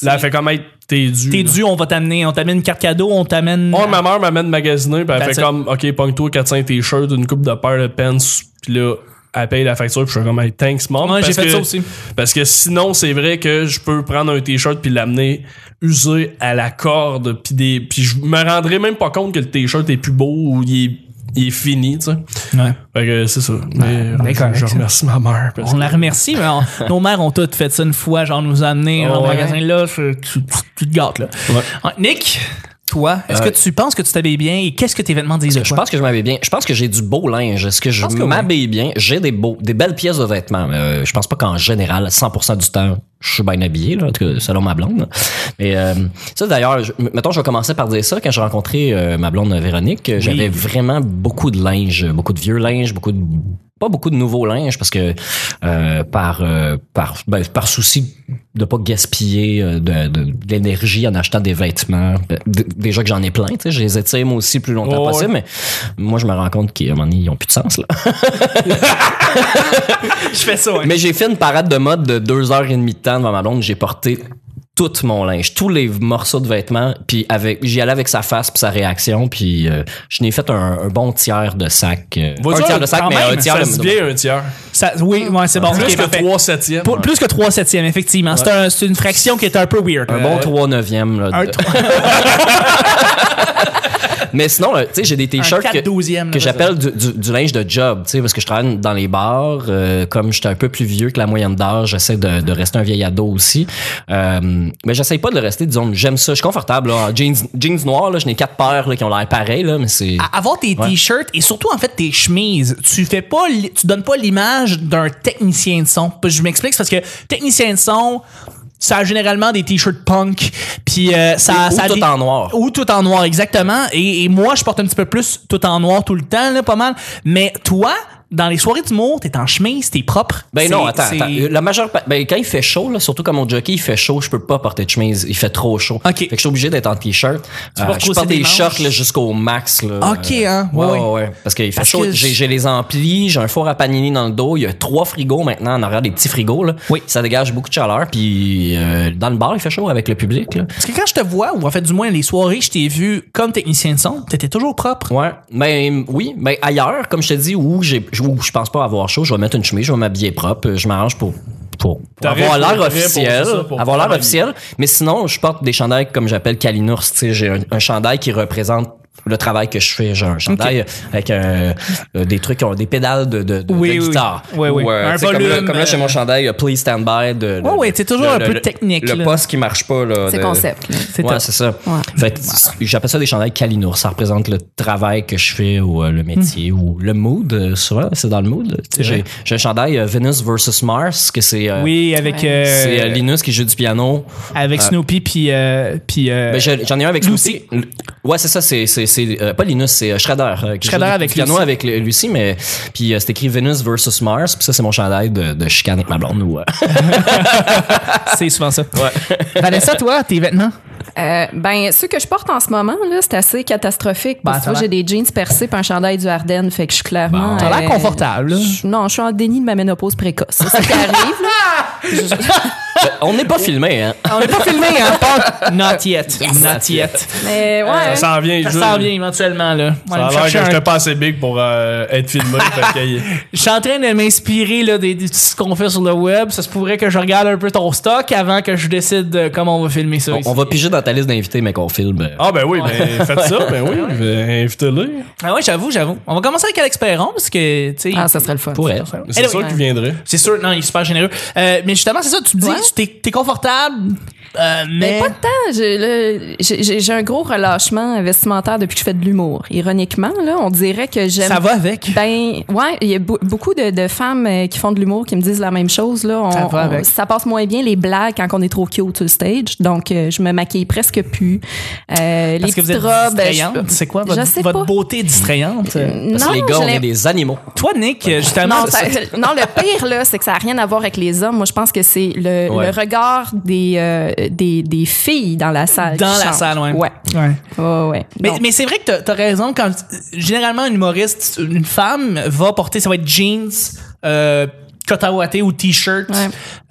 [SPEAKER 3] Là, elle fait comme, hey, t'es dû.
[SPEAKER 2] T'es
[SPEAKER 3] là.
[SPEAKER 2] dû, on va t'amener, on t'amène une carte cadeau, on t'amène.
[SPEAKER 3] Oh, ma mère m'amène magasiner, puis elle
[SPEAKER 2] That's
[SPEAKER 3] fait
[SPEAKER 2] it.
[SPEAKER 3] comme, OK, pogne-toi 400 t-shirts, une coupe de paire de pants, puis là, elle paye la facture, puis je suis comme, hey, thanks, mom.
[SPEAKER 2] Ouais, j'ai
[SPEAKER 3] Parce
[SPEAKER 2] fait
[SPEAKER 3] que-
[SPEAKER 2] ça aussi.
[SPEAKER 3] Parce que sinon, c'est vrai que je peux prendre un t-shirt puis l'amener usé à la corde, puis des, puis je me rendrai même pas compte que le t-shirt est plus beau ou il est, il est fini, tu sais.
[SPEAKER 2] Ouais.
[SPEAKER 3] Fait que c'est ça. Mais,
[SPEAKER 2] on est
[SPEAKER 3] euh,
[SPEAKER 2] correct,
[SPEAKER 3] je
[SPEAKER 2] ça.
[SPEAKER 3] remercie ma mère. parce
[SPEAKER 2] On
[SPEAKER 3] que-
[SPEAKER 2] la remercie, mais on- nos mères ont toutes fait ça une fois, genre nous amener
[SPEAKER 3] Ah
[SPEAKER 2] dans le
[SPEAKER 3] ouais.
[SPEAKER 2] magasin là, c'est- tu, tu- tu te gâtes là. Ouais, Nick, toi, est-ce
[SPEAKER 1] Euh,
[SPEAKER 2] que tu penses que tu t'habilles bien et qu'est-ce que tes vêtements disent de
[SPEAKER 1] Je
[SPEAKER 2] toi?
[SPEAKER 1] pense que je m'habille bien. Je pense que j'ai du beau linge. Est-ce que je
[SPEAKER 2] pense que oui.
[SPEAKER 1] m'habille bien? J'ai des beaux, des belles pièces de vêtements. mais, euh, je pense pas qu'en général, 100% du temps, je suis bien habillé, là, en tout cas, selon ma blonde. Mais euh, ça, d'ailleurs, je- mettons, je vais commencer par dire ça. Quand j'ai rencontré euh, ma blonde Véronique, euh, j'avais vraiment beaucoup de linge, beaucoup de vieux linge, beaucoup de pas beaucoup de nouveaux linges parce que euh, par euh, par ben, par souci de pas gaspiller euh, de, de- de l'énergie en achetant des vêtements ben, d- déjà que j'en ai plein tu sais je les étire moi aussi plus longtemps
[SPEAKER 3] Ouais, Oh, ouais.
[SPEAKER 1] possible mais moi, je me rends compte qu'à un moment donné, ils ont plus de sens.
[SPEAKER 3] (laughs)
[SPEAKER 1] Là.
[SPEAKER 2] je fais ça,
[SPEAKER 1] Mais j'ai fait une parade de mode de deux heures et demie de temps devant ma blonde. J'ai porté tout mon linge, tous les morceaux de vêtements, puis avec, j'y allais avec sa face puis sa réaction, puis euh, je n'ai fait un, un bon tiers de sac. euh, un
[SPEAKER 3] Vois-tu,
[SPEAKER 1] tiers de sac,
[SPEAKER 2] quand
[SPEAKER 1] mais
[SPEAKER 2] même,
[SPEAKER 1] un tiers
[SPEAKER 3] Ça
[SPEAKER 1] de...
[SPEAKER 3] se bien un tiers.
[SPEAKER 2] Ça, oui, ouais, c'est bon.
[SPEAKER 3] Plus
[SPEAKER 2] Ok,
[SPEAKER 3] que
[SPEAKER 2] parfait.
[SPEAKER 3] 3 septièmes.
[SPEAKER 2] Pour- Plus que 3 septièmes, effectivement. C'est un- C'est une fraction qui est un peu weird.
[SPEAKER 1] Un bon 3 neuvième. là,
[SPEAKER 2] Euh, un
[SPEAKER 1] de-
[SPEAKER 2] trois-
[SPEAKER 1] (laughs) Mais sinon, là, tu sais, j'ai des t-shirts
[SPEAKER 2] quatre
[SPEAKER 1] que,
[SPEAKER 2] douzièmes, là,
[SPEAKER 1] que
[SPEAKER 2] c'est ça.
[SPEAKER 1] j'appelle du, du- du linge de job, tu sais, parce que je travaille dans les bars. euh, comme j'étais un peu plus vieux que la moyenne d'âge, j'essaie de, de rester un vieil ado aussi. Euh, mais j'essaie pas de le rester, disons, j'aime ça. Je suis confortable. Là, en jeans, jeans noirs, là, je n'ai quatre paires là, qui ont l'air pareils, là, mais c'est...
[SPEAKER 2] À- Avoir tes t-shirts et surtout en fait tes chemises, tu fais pas, li- tu donnes pas l'image d'un technicien de son. Je m'explique c'est parce que technicien de son, ça a généralement des t-shirts punk, puis euh, ça,
[SPEAKER 1] Ou- ou
[SPEAKER 2] ça a
[SPEAKER 1] tout
[SPEAKER 2] des-
[SPEAKER 1] en noir.
[SPEAKER 2] ou tout en noir exactement. Et, et moi, je porte un petit peu plus tout en noir tout le temps, là, pas mal. Mais toi, dans les soirées d'humour, t'es en chemise, t'es propre.
[SPEAKER 1] Ben non,
[SPEAKER 2] C'est-
[SPEAKER 1] attends,
[SPEAKER 2] c'est-
[SPEAKER 1] attends. Euh, La majeure pa- ben quand il fait chaud là, surtout comme mon jockey, il fait chaud, je peux pas porter de chemise, il fait trop chaud.
[SPEAKER 2] Ok.
[SPEAKER 1] Fait que je suis obligé d'être en t-shirt. Euh,
[SPEAKER 2] portes
[SPEAKER 1] je
[SPEAKER 2] aussi
[SPEAKER 1] porte
[SPEAKER 2] des
[SPEAKER 1] des
[SPEAKER 2] manches?
[SPEAKER 1] shorts là, jusqu'au max là.
[SPEAKER 2] Ok, hein,
[SPEAKER 1] Ouais,
[SPEAKER 2] ouais,
[SPEAKER 1] ouais, ouais. parce qu'il fait
[SPEAKER 2] Parce
[SPEAKER 1] chaud,
[SPEAKER 2] que
[SPEAKER 1] j'ai
[SPEAKER 2] je-
[SPEAKER 1] j'ai les amplis, j'ai un four à panini dans le dos, il y a trois frigos maintenant en arrière des petits frigos là.
[SPEAKER 2] Oui.
[SPEAKER 1] Ça dégage beaucoup de chaleur puis euh, dans le bar, il fait chaud avec le public là.
[SPEAKER 2] Parce que quand je te vois, ou en fait du moins les soirées, je t'ai vu comme technicien de son, t'étais toujours propre.
[SPEAKER 1] Ouais, mais oui, mais ailleurs, comme je te dis, où, j'ai- où je pense pas avoir chaud, je vais mettre une chemise, je vais m'habiller propre, je m'arrange pour, pour, pour
[SPEAKER 3] T'aurais
[SPEAKER 1] avoir
[SPEAKER 3] pour-
[SPEAKER 1] l'air
[SPEAKER 3] pour-
[SPEAKER 1] officiel.
[SPEAKER 3] pour ça, pour
[SPEAKER 1] avoir l'air
[SPEAKER 3] travailler.
[SPEAKER 1] officiel. Mais sinon, je porte des chandails comme j'appelle Kalinours. tu sais, J'ai un, un chandail qui représente le travail que je fais. J'ai un chandail avec euh, euh, des trucs, qui ont des pédales de, de, de-
[SPEAKER 2] Oui,
[SPEAKER 1] de
[SPEAKER 2] oui, oui.
[SPEAKER 1] guitare.
[SPEAKER 2] Oui, oui.
[SPEAKER 1] Ou, euh,
[SPEAKER 2] Un
[SPEAKER 1] tu sais, comme, là,
[SPEAKER 2] volume,
[SPEAKER 1] comme là, j'ai mon chandail euh, Please Stand By. De,
[SPEAKER 2] Ouais,
[SPEAKER 1] de-
[SPEAKER 2] ouais, t'es toujours
[SPEAKER 1] le-
[SPEAKER 2] un
[SPEAKER 1] le-
[SPEAKER 2] peu
[SPEAKER 1] le-
[SPEAKER 2] technique,
[SPEAKER 1] Le
[SPEAKER 2] là.
[SPEAKER 1] poste qui marche pas. là,
[SPEAKER 4] C'est
[SPEAKER 1] de-
[SPEAKER 4] concept. là.
[SPEAKER 2] C'est
[SPEAKER 1] ouais,
[SPEAKER 2] top.
[SPEAKER 1] c'est ça.
[SPEAKER 4] Ouais.
[SPEAKER 1] Fait que c'est- j'appelle ça des chandails calinours. Ça représente le travail que je fais ou euh, le métier
[SPEAKER 4] Hmm.
[SPEAKER 1] ou le mood. euh, souvent, c'est dans le mood. Tu sais, J'ai j'ai un chandail euh, Venus versus Mars que c'est euh,
[SPEAKER 2] Oui, avec
[SPEAKER 4] Ouais.
[SPEAKER 2] euh,
[SPEAKER 1] c'est, euh, Linus qui joue du piano.
[SPEAKER 2] avec Snoopy puis euh, puis euh,
[SPEAKER 1] Ben, je- J'en ai un avec Lucy. Ouais, c'est ça. C'est c'est- c'est, euh, pas Linus, c'est euh, Shredder. euh, qui joue
[SPEAKER 2] Shredder
[SPEAKER 1] du
[SPEAKER 2] avec
[SPEAKER 1] piano
[SPEAKER 2] Lucy.
[SPEAKER 1] avec euh, Lucy, mais puis euh, c'est écrit Venus versus Mars. Puis ça, c'est mon chandail de, de chicane avec ma blonde. Ou, euh, (laughs)
[SPEAKER 2] c'est souvent ça. (laughs) Vanessa, toi, tes vêtements.
[SPEAKER 4] Euh, ben, ceux que je porte en ce moment, là, c'est assez catastrophique.
[SPEAKER 2] Ben,
[SPEAKER 4] Parce
[SPEAKER 2] t'as
[SPEAKER 4] que j'ai des jeans percés puis un chandail du Ardennes. Fait que je suis clairement.
[SPEAKER 2] T'as l'air
[SPEAKER 4] euh,
[SPEAKER 2] confortable.
[SPEAKER 4] je- Non, je suis en déni de ma ménopause précoce. C'est ça qui arrive. là.
[SPEAKER 1] on n'est pas
[SPEAKER 2] Oh.
[SPEAKER 1] filmé, hein.
[SPEAKER 4] Ah,
[SPEAKER 2] On n'est pas filmé, hein? Pas... (laughs) Not yet. Not yet.
[SPEAKER 4] Mais ouais.
[SPEAKER 3] Ça s'en vient,
[SPEAKER 2] Ça
[SPEAKER 3] je-
[SPEAKER 2] s'en vient éventuellement, là. On va
[SPEAKER 3] Ça
[SPEAKER 2] aller me
[SPEAKER 3] a l'air
[SPEAKER 2] chercher
[SPEAKER 3] que
[SPEAKER 2] un-
[SPEAKER 3] j'étais pas assez big pour euh, être filmé. fait
[SPEAKER 2] (laughs)
[SPEAKER 3] que-
[SPEAKER 2] Je suis en train de m'inspirer là, des, des- de ce qu'on fait sur le web. Ça se pourrait que je regarde un peu ton stock avant que je décide de comment on va filmer ça.
[SPEAKER 1] On,
[SPEAKER 2] ici.
[SPEAKER 1] on va piger dans ta liste d'invités, mais qu'on filme. euh,
[SPEAKER 2] Oh.
[SPEAKER 3] Ah, ben oui, ben faites ça, ben oui, ben, invitez-le.
[SPEAKER 2] Ah ouais, j'avoue, j'avoue. On va commencer avec Alex Perron parce que, tu sais.
[SPEAKER 4] Ah, ça serait le fun.
[SPEAKER 1] pour elle.
[SPEAKER 2] Anyway,
[SPEAKER 3] C'est sûr qu'il viendrait.
[SPEAKER 2] C'est sûr, non, il est super généreux. Euh, mais justement, c'est ça, tu me dis,
[SPEAKER 4] Ouais.
[SPEAKER 2] tu t'es- t'es confortable, euh, mais.
[SPEAKER 4] Mais pas de temps. J'ai, là, j'ai- j'ai- j'ai un gros relâchement vestimentaire depuis que je fais de l'humour. Ironiquement, là, on dirait que j'aime.
[SPEAKER 2] ça va avec.
[SPEAKER 4] Ben, ouais, il y a bou- beaucoup de, de femmes euh, qui font de l'humour qui me disent la même chose. Là. On-
[SPEAKER 2] Ça va
[SPEAKER 4] on-
[SPEAKER 2] avec.
[SPEAKER 4] ça passe moins bien les blagues quand on est trop cute sur le stage. Donc, euh, je me maquille presque plus. Euh, les
[SPEAKER 2] Parce que vous
[SPEAKER 4] petites
[SPEAKER 2] êtes
[SPEAKER 4] robes. euh,
[SPEAKER 2] distrayante.
[SPEAKER 4] je-
[SPEAKER 2] C'est quoi
[SPEAKER 4] je
[SPEAKER 2] votre,
[SPEAKER 4] sais
[SPEAKER 2] votre euh,
[SPEAKER 4] pas.
[SPEAKER 2] beauté distrayante?
[SPEAKER 1] Parce
[SPEAKER 4] Non,
[SPEAKER 1] que les gars,
[SPEAKER 4] je
[SPEAKER 1] on
[SPEAKER 4] l'ai-
[SPEAKER 1] est des animaux.
[SPEAKER 2] Toi, Nick, euh, justement,
[SPEAKER 4] non,
[SPEAKER 2] ça-
[SPEAKER 4] ça- non, le pire, là, c'est que ça n'a rien à voir avec les hommes. Moi, je pense que c'est le,
[SPEAKER 1] Ouais.
[SPEAKER 4] le regard des, euh, des, des filles dans la salle.
[SPEAKER 2] dans
[SPEAKER 4] qui
[SPEAKER 2] la
[SPEAKER 4] change.
[SPEAKER 2] salle, ouais.
[SPEAKER 4] Ouais,
[SPEAKER 2] Ouais.
[SPEAKER 4] ouais, ouais.
[SPEAKER 2] Mais,
[SPEAKER 4] Donc,
[SPEAKER 2] mais c'est vrai que t'as- t'as raison quand généralement un humoriste, une femme va porter ça va être jeans, euh, coton à ouaté ou t-shirt,
[SPEAKER 4] Ouais.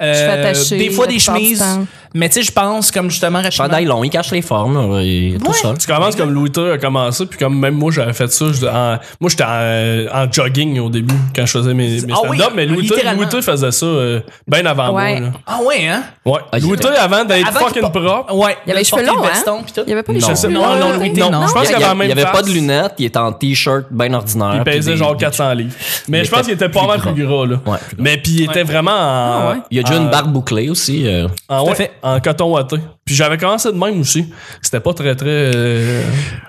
[SPEAKER 2] euh,
[SPEAKER 4] Je suis attachée
[SPEAKER 2] des fois
[SPEAKER 4] la
[SPEAKER 2] des
[SPEAKER 4] plupart du
[SPEAKER 2] chemises.
[SPEAKER 4] temps.
[SPEAKER 2] Mais tu sais, je pense comme justement rapidement-
[SPEAKER 1] Chandail long, il cache les formes, là, et tout
[SPEAKER 2] Ouais.
[SPEAKER 1] ça.
[SPEAKER 3] Tu commences comme Louis II a commencé, puis comme même moi j'avais fait ça. je- en- moi j'étais en, en jogging au début quand je faisais mes, mes
[SPEAKER 2] Ah oui,
[SPEAKER 3] stand-up, mais Louis II,
[SPEAKER 2] littéralement.
[SPEAKER 3] Louis II faisait ça euh, bien avant moi.
[SPEAKER 4] Ouais.
[SPEAKER 3] là.
[SPEAKER 2] Ah ouais hein.
[SPEAKER 3] Ouais.
[SPEAKER 1] Ah, il
[SPEAKER 3] Louis
[SPEAKER 1] était-
[SPEAKER 3] II avant d'être
[SPEAKER 2] Avant qu'il
[SPEAKER 3] fucking
[SPEAKER 2] po-
[SPEAKER 3] propre.
[SPEAKER 2] Ouais.
[SPEAKER 4] il y avait les cheveux
[SPEAKER 2] porter
[SPEAKER 4] longs,
[SPEAKER 2] le
[SPEAKER 4] hein?
[SPEAKER 2] veston, puis tout.
[SPEAKER 4] Il n'y avait pas les
[SPEAKER 1] Non.
[SPEAKER 4] cheveux
[SPEAKER 3] Non,
[SPEAKER 4] longs,
[SPEAKER 3] non,
[SPEAKER 4] là,
[SPEAKER 3] oui,
[SPEAKER 4] t'es-
[SPEAKER 3] non, je pense
[SPEAKER 1] Il y, a-
[SPEAKER 3] qu'il avait la
[SPEAKER 1] il y
[SPEAKER 3] même
[SPEAKER 1] avait pas
[SPEAKER 3] face.
[SPEAKER 1] de lunettes, il était en t-shirt bien ordinaire.
[SPEAKER 3] Il
[SPEAKER 1] Ah puis
[SPEAKER 3] pesait
[SPEAKER 1] des-
[SPEAKER 3] genre 400 livres. Mais
[SPEAKER 1] Il
[SPEAKER 3] je pense
[SPEAKER 1] était
[SPEAKER 3] qu'il était pas
[SPEAKER 1] plus
[SPEAKER 3] mal
[SPEAKER 1] gras.
[SPEAKER 3] plus gras, là.
[SPEAKER 1] Ouais, plus gras.
[SPEAKER 3] Mais puis il était vraiment en,
[SPEAKER 4] Ah ouais.
[SPEAKER 1] Il y a déjà une barbe bouclée aussi. euh.
[SPEAKER 3] en,
[SPEAKER 2] Tout à
[SPEAKER 3] ouais,
[SPEAKER 2] fait.
[SPEAKER 3] en coton ouaté. Puis j'avais commencé de même aussi. C'était pas très, très euh,